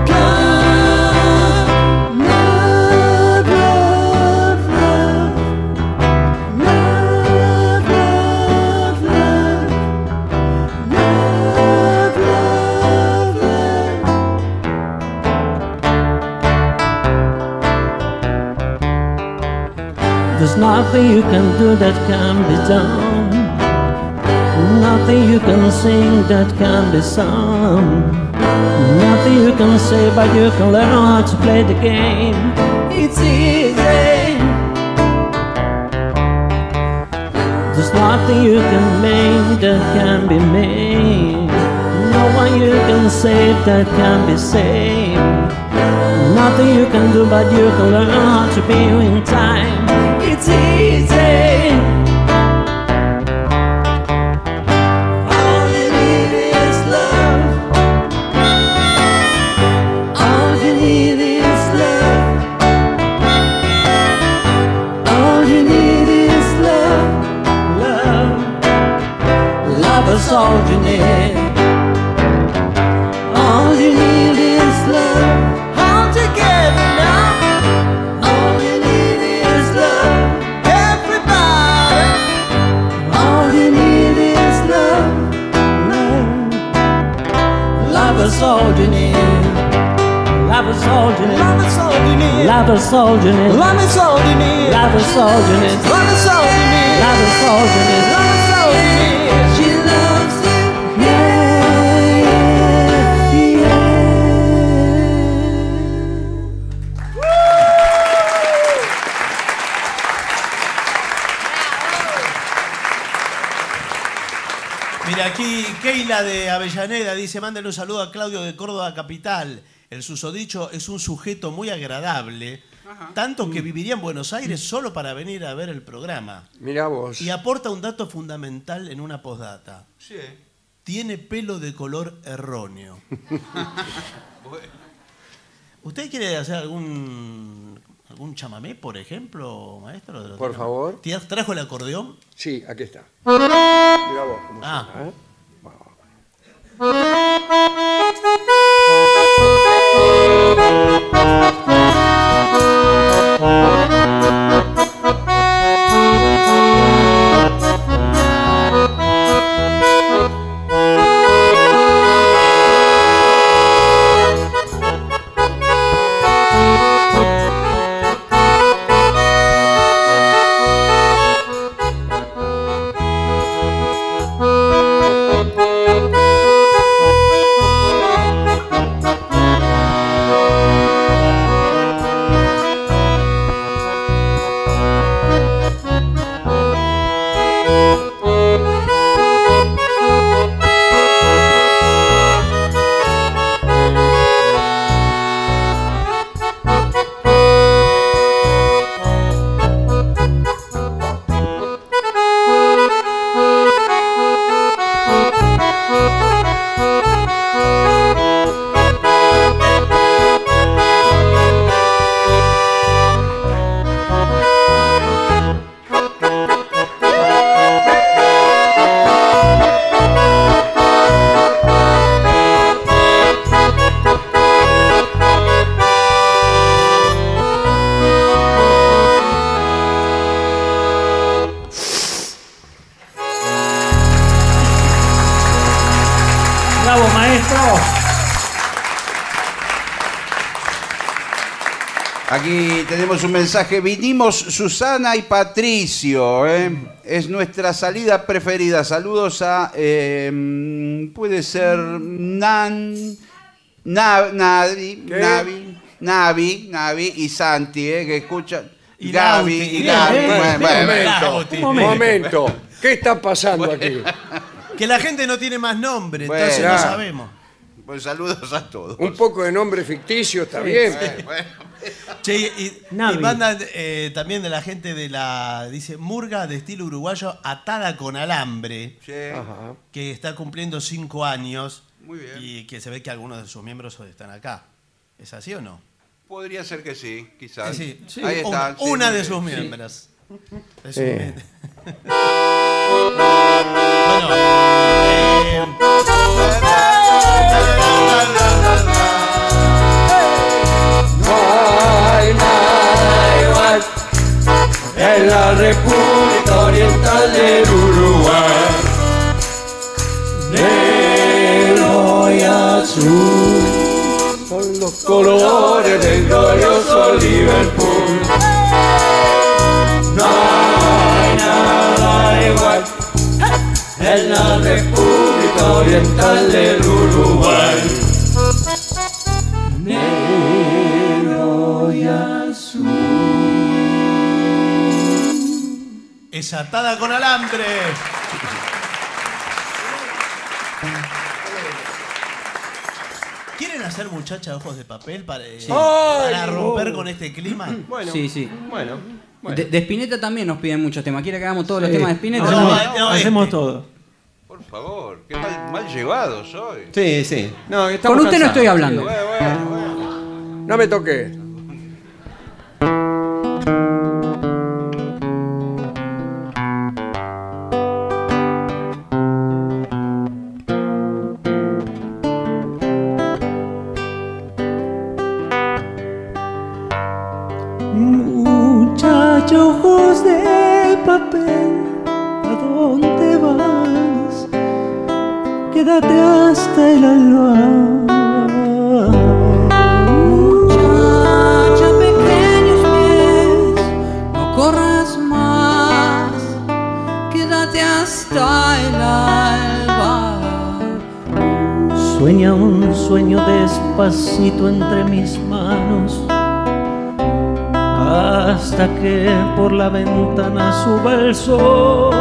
Club, love, love, love, love, love, love, love, love, love. There's nothing you can do that can be done. Nothing you can sing that can be sung. Nothing you can say, but you can learn how to play the game. It's easy. There's nothing you can make that can be made. No one you can save that can be saved. Nothing you can do, but you can learn how to be in time. It's easy. All you need is love. All you need is love. All you need is love. Love. Love is all you need. All you need is love. How to get love. All you need is love. Everybody. All you need is love. Love. Love is all you need. Love is all you need. Love is all you need.
Love a soldier in it.
Love a soldier in it.
Love a soldier in it.
Love a soldier in it.
Love a soldier in it.
Love a soldier in it. She loves him. Yeah, yeah,
Mira, aquí Keila de Avellaneda dice, mándale un saludo a Claudio de Córdoba Capital. El susodicho es un sujeto muy agradable, tanto que viviría en Buenos Aires solo para venir a ver el programa.
Mirá vos.
Y aporta un dato fundamental en una postdata.
Sí.
Tiene pelo de color erróneo. ¿Usted quiere hacer algún algún chamamé, por ejemplo, maestro?
Por favor.
¿Te ¿Trajo el acordeón?
Sí, aquí está. Mirá vos cómo
Ah.
suena, ¿eh?
Bravo, maestro.
Aquí tenemos un mensaje. Vinimos Susana y Patricio. ¿eh? Es nuestra salida preferida. Saludos a. eh, puede ser. Nan. Nav- Navi. Navi. Navi. Navi y Santi, ¿eh? que escuchan.
Y
Gaby.
Lauti.
Y Gaby.
Bien,
Bueno,
bien,
bueno,
bien,
bueno.
Lauti.
Un momento. ¿Qué está pasando aquí?
Que la gente no tiene más nombre,
Bueno.
entonces no
Claro.
sabemos.
Pues saludos a todos.
Un poco de nombre ficticio, está bien.
Che, y- y,
Navi.
y mandan eh, también de la gente de la, dice, murga de estilo uruguayo atada con alambre,
Ajá.
que está cumpliendo cinco años y que se ve que algunos de sus miembros hoy están acá. ¿Es así o no?
Podría ser que sí, quizás.
Sí, sí.
Ahí
Una-
está. sí,
una
sí,
de
sí.
sus miembros. De sus
Eh.
miembros. bueno. eh,
En la República Oriental del Uruguay, negro y azul son los colores del glorioso Liverpool. No hay nada igual en la República Oriental del Uruguay. Negro y
Es atada con alambre. ¿Quieren hacer muchacha ojos de papel para, eh, para
Ay,
romper
oh.
con este clima?
Bueno, sí, sí.
Bueno.
De, de Spinetta también nos piden muchos temas. ¿Quiere que hagamos todos los
Sí.
temas de Spinetta?
No, no, no,
hacemos
este,
todo.
Por favor, qué mal, mal llevado soy.
Sí, sí. No,
Con usted no estoy hablando.
No me toque.
Muchacho, ojos de papel, ¿a dónde vas? Quédate hasta el alba. Muchacha pequeña. just ein Alba.
Sueña un sueño despacito entre mis manos hasta que por la ventana suba el sol.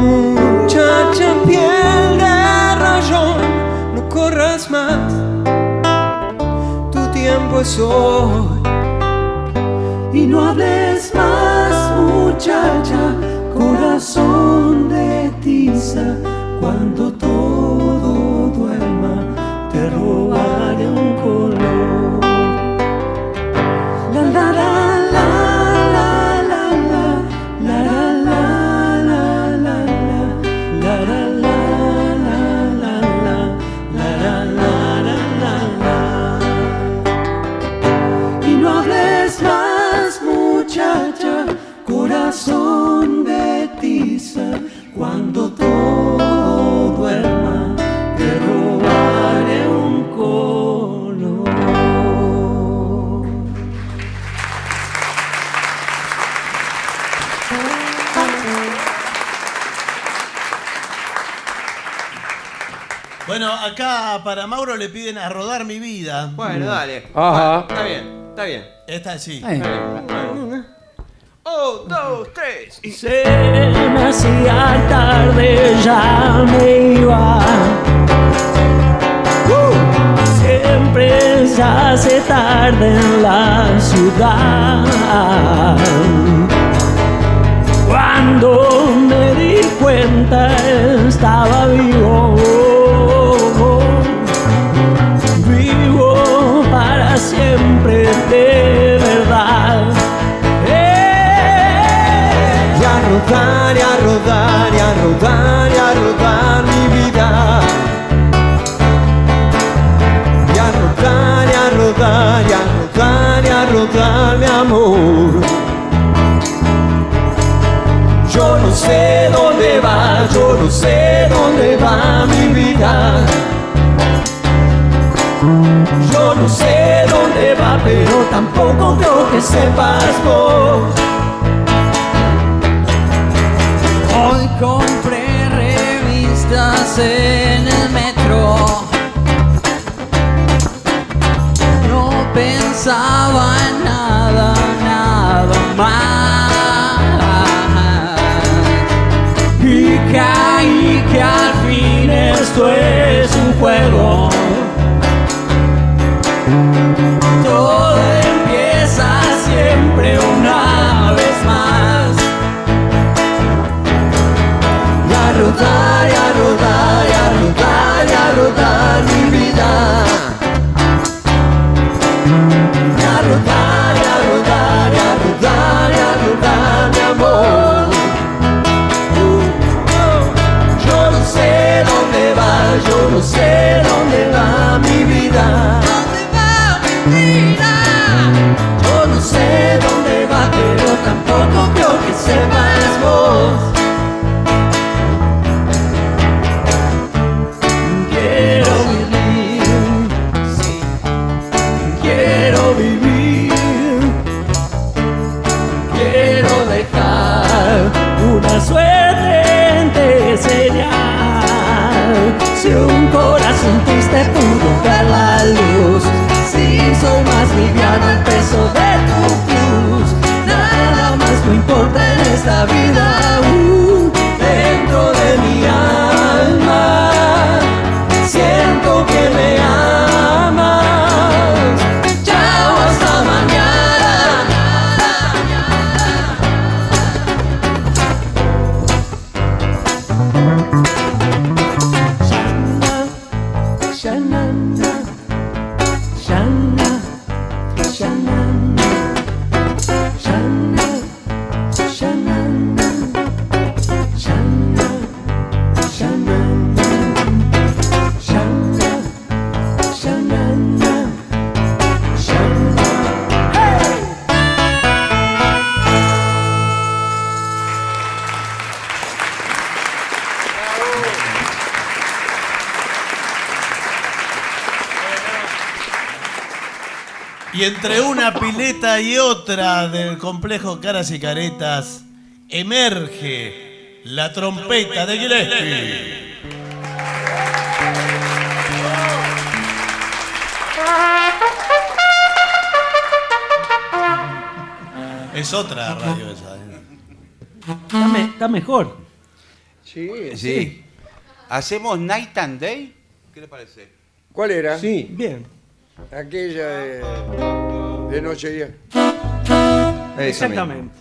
Muchacha piel de rayón, no corras más. Tu tiempo es hoy. Y no hables más, muchacha, corazón de tiza. Cuando todo duerma, te robaré un color. La la la la la la la la la la la la la. Y no hables más, muchacha, corazón de tiza. Cuando todo duerma, te robaré un color.
Bueno, acá para Mauro le piden a rodar mi vida.
Bueno, dale.
Ajá.
Está bien, está bien.
Esta sí.
Está bien.
Oh,
Un, dos, tres. y-
Se me hacía tarde, ya me iba. Uh, Siempre se hace tarde en la ciudad. Cuando me di cuenta estaba vivo. Vivo para siempre de verdad. Eh.
Y a rodar, y a rodar, y a rodar, y a rodar mi vida. Y a rodar, y a rodar, y a rodar, y a rodar mi amor. Yo no sé dónde va, yo no sé dónde va mi vida. Yo no sé dónde va, pero tampoco creo que sepas vos. Hoy compré revistas en el metro. No pensaba en nada, nada más. Y caí que al fin esto es un juego. Todo empieza siempre una vez más. Y a rodar, y a rodar, y a rodar, y a rodar mi vida. Y a rodar, y a rodar, y a rodar, y a rodar mi amor. Uh, Yo no sé dónde va, yo no sé dónde va mi vida. Yo no sé dónde va, pero tampoco creo que sepas vos. Quiero vivir, quiero vivir, quiero dejar
una suerte de señal. Si un corazón triste pudo ver la luz,
si hizo más liviano el peso de tu cruz. Nada más me importa en esta vida, uh, dentro de mi alma siento que me amas. Chao, hasta mañana.
Shanana, Shana, Shanana, Shana, Shanana, Shana, Shanana, Shana, Shanana, Shana.
Y entre una pileta y otra del complejo Caras y Caretas emerge La trompeta de Gillespie. Es otra radio esa. ¿eh?
Está, mejor.
Sí,
sí. ¿Hacemos Night and Day? ¿Qué le parece?
¿Cuál era?
Sí,
bien. Aquella de, de noche y día.
Exactamente.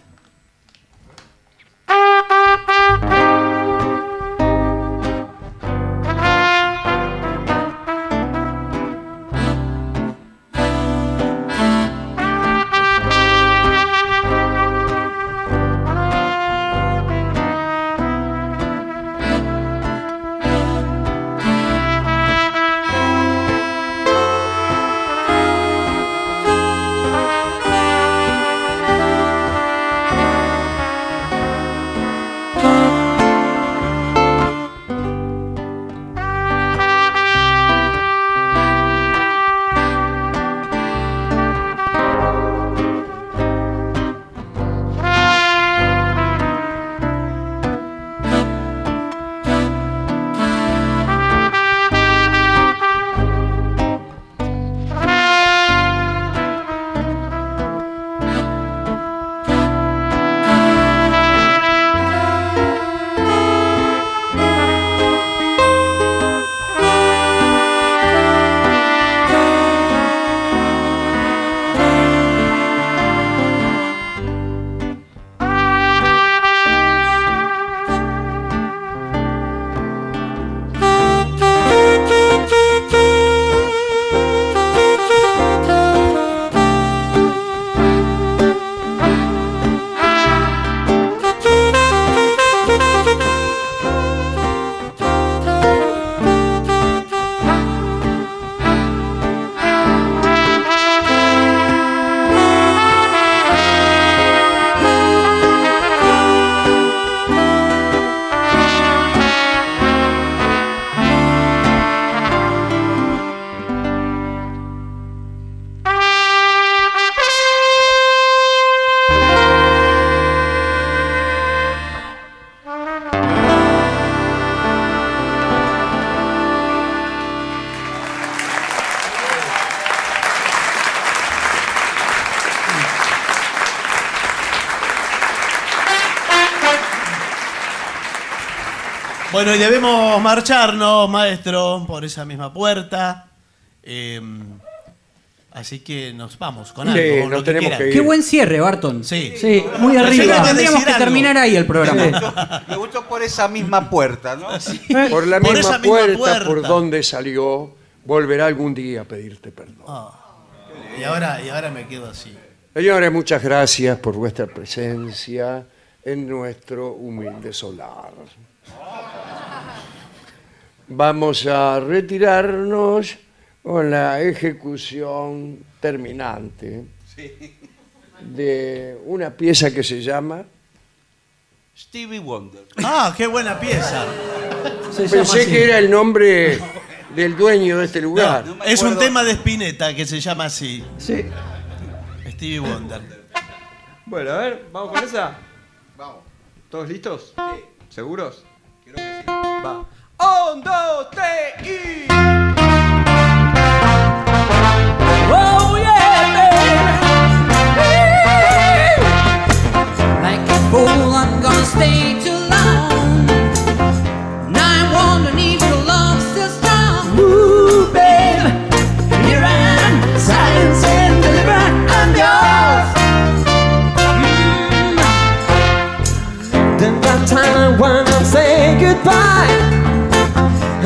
Bueno, y debemos marcharnos, maestro, por esa misma puerta. Eh, así que nos vamos con algo. con lo que quieran.
Qué buen cierre, Barton. Sí. Sí, muy
Pero
arriba.
llega a
Tendríamos
decir
que
algo.
terminar ahí el programa.
Me gustó por esa misma puerta, ¿no?
Por la
Por
misma,
esa misma
puerta,
puerta.
por donde salió, volverá algún día a pedirte perdón.
Ah. Y, ahora, y ahora me quedo así.
Señores, muchas gracias por vuestra presencia en nuestro humilde solar. Vamos a retirarnos con la ejecución terminante de una pieza que se llama...
Stevie Wonder.
Ah, qué buena pieza.
Pensé que era el nombre del dueño de este lugar.
No, es un tema de Spinetta que se llama así.
Sí.
Stevie Wonder.
Bueno, a ver, ¿vamos con esa? Vamos. ¿Todos listos? Sí. ¿Seguros? Creo que sí. Va. Un, dos, tres y.
Oh yeah, baby. Like a fool, I'm gonna stay too long. Now I'm wondering if your love's still strong. Ooh, babe, here I am, silence and deliverance. I'm yours. Mm.
Then that time when I say goodbye,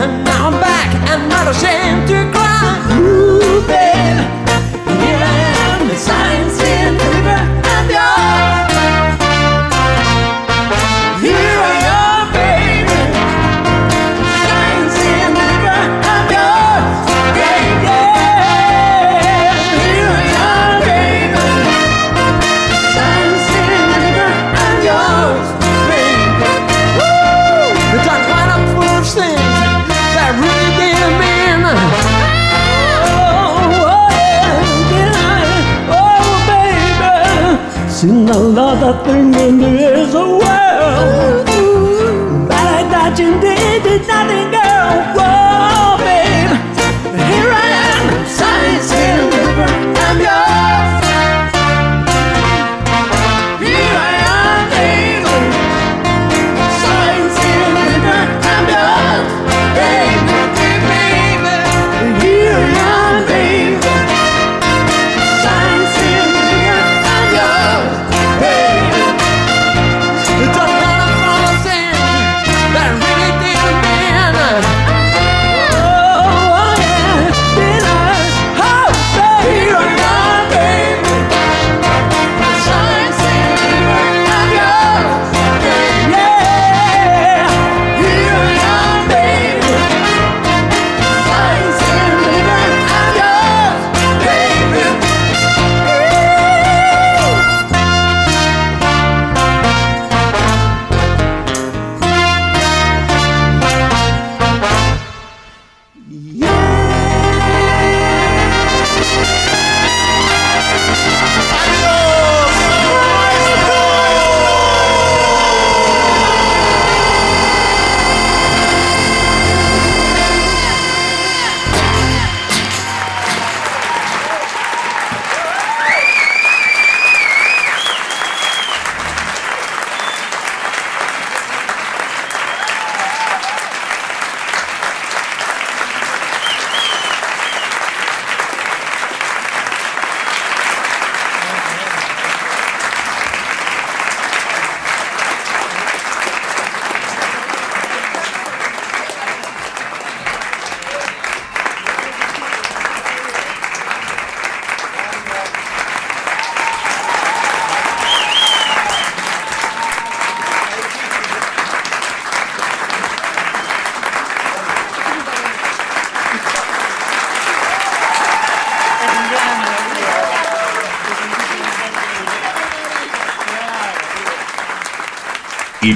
and now I'm back. I'm not ashamed to cry. Ooh, babe, here I am, silence and deliverance. I'm yours. Here I am, baby. Silence and deliverance. I'm yours. Yeah, yeah. Here I am, baby. Silence and deliverance. I'm yours, baby. Woo!
you talk about a foolish things that really didn't mean.
Seen a lot of things in this world.
ain't nothing, girl. Whoa, babe. Here I am, signed, sealed, delivered. I'm yours. Here I am, baby. Signed, sealed, delivered. I'm yours. Baby, baby, baby. Here I am, baby. Signed, sealed, delivered. I'm yours. Baby. It doesn't matter for the sin that really did a man. Oh, yeah, did I? Oh, baby. Here I am, baby. Signs in the river of yours. Yeah. Here I am, baby. Signs in the river of yours, baby.
Y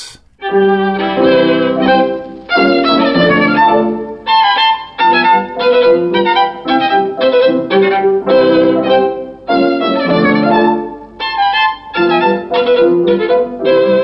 Thank you.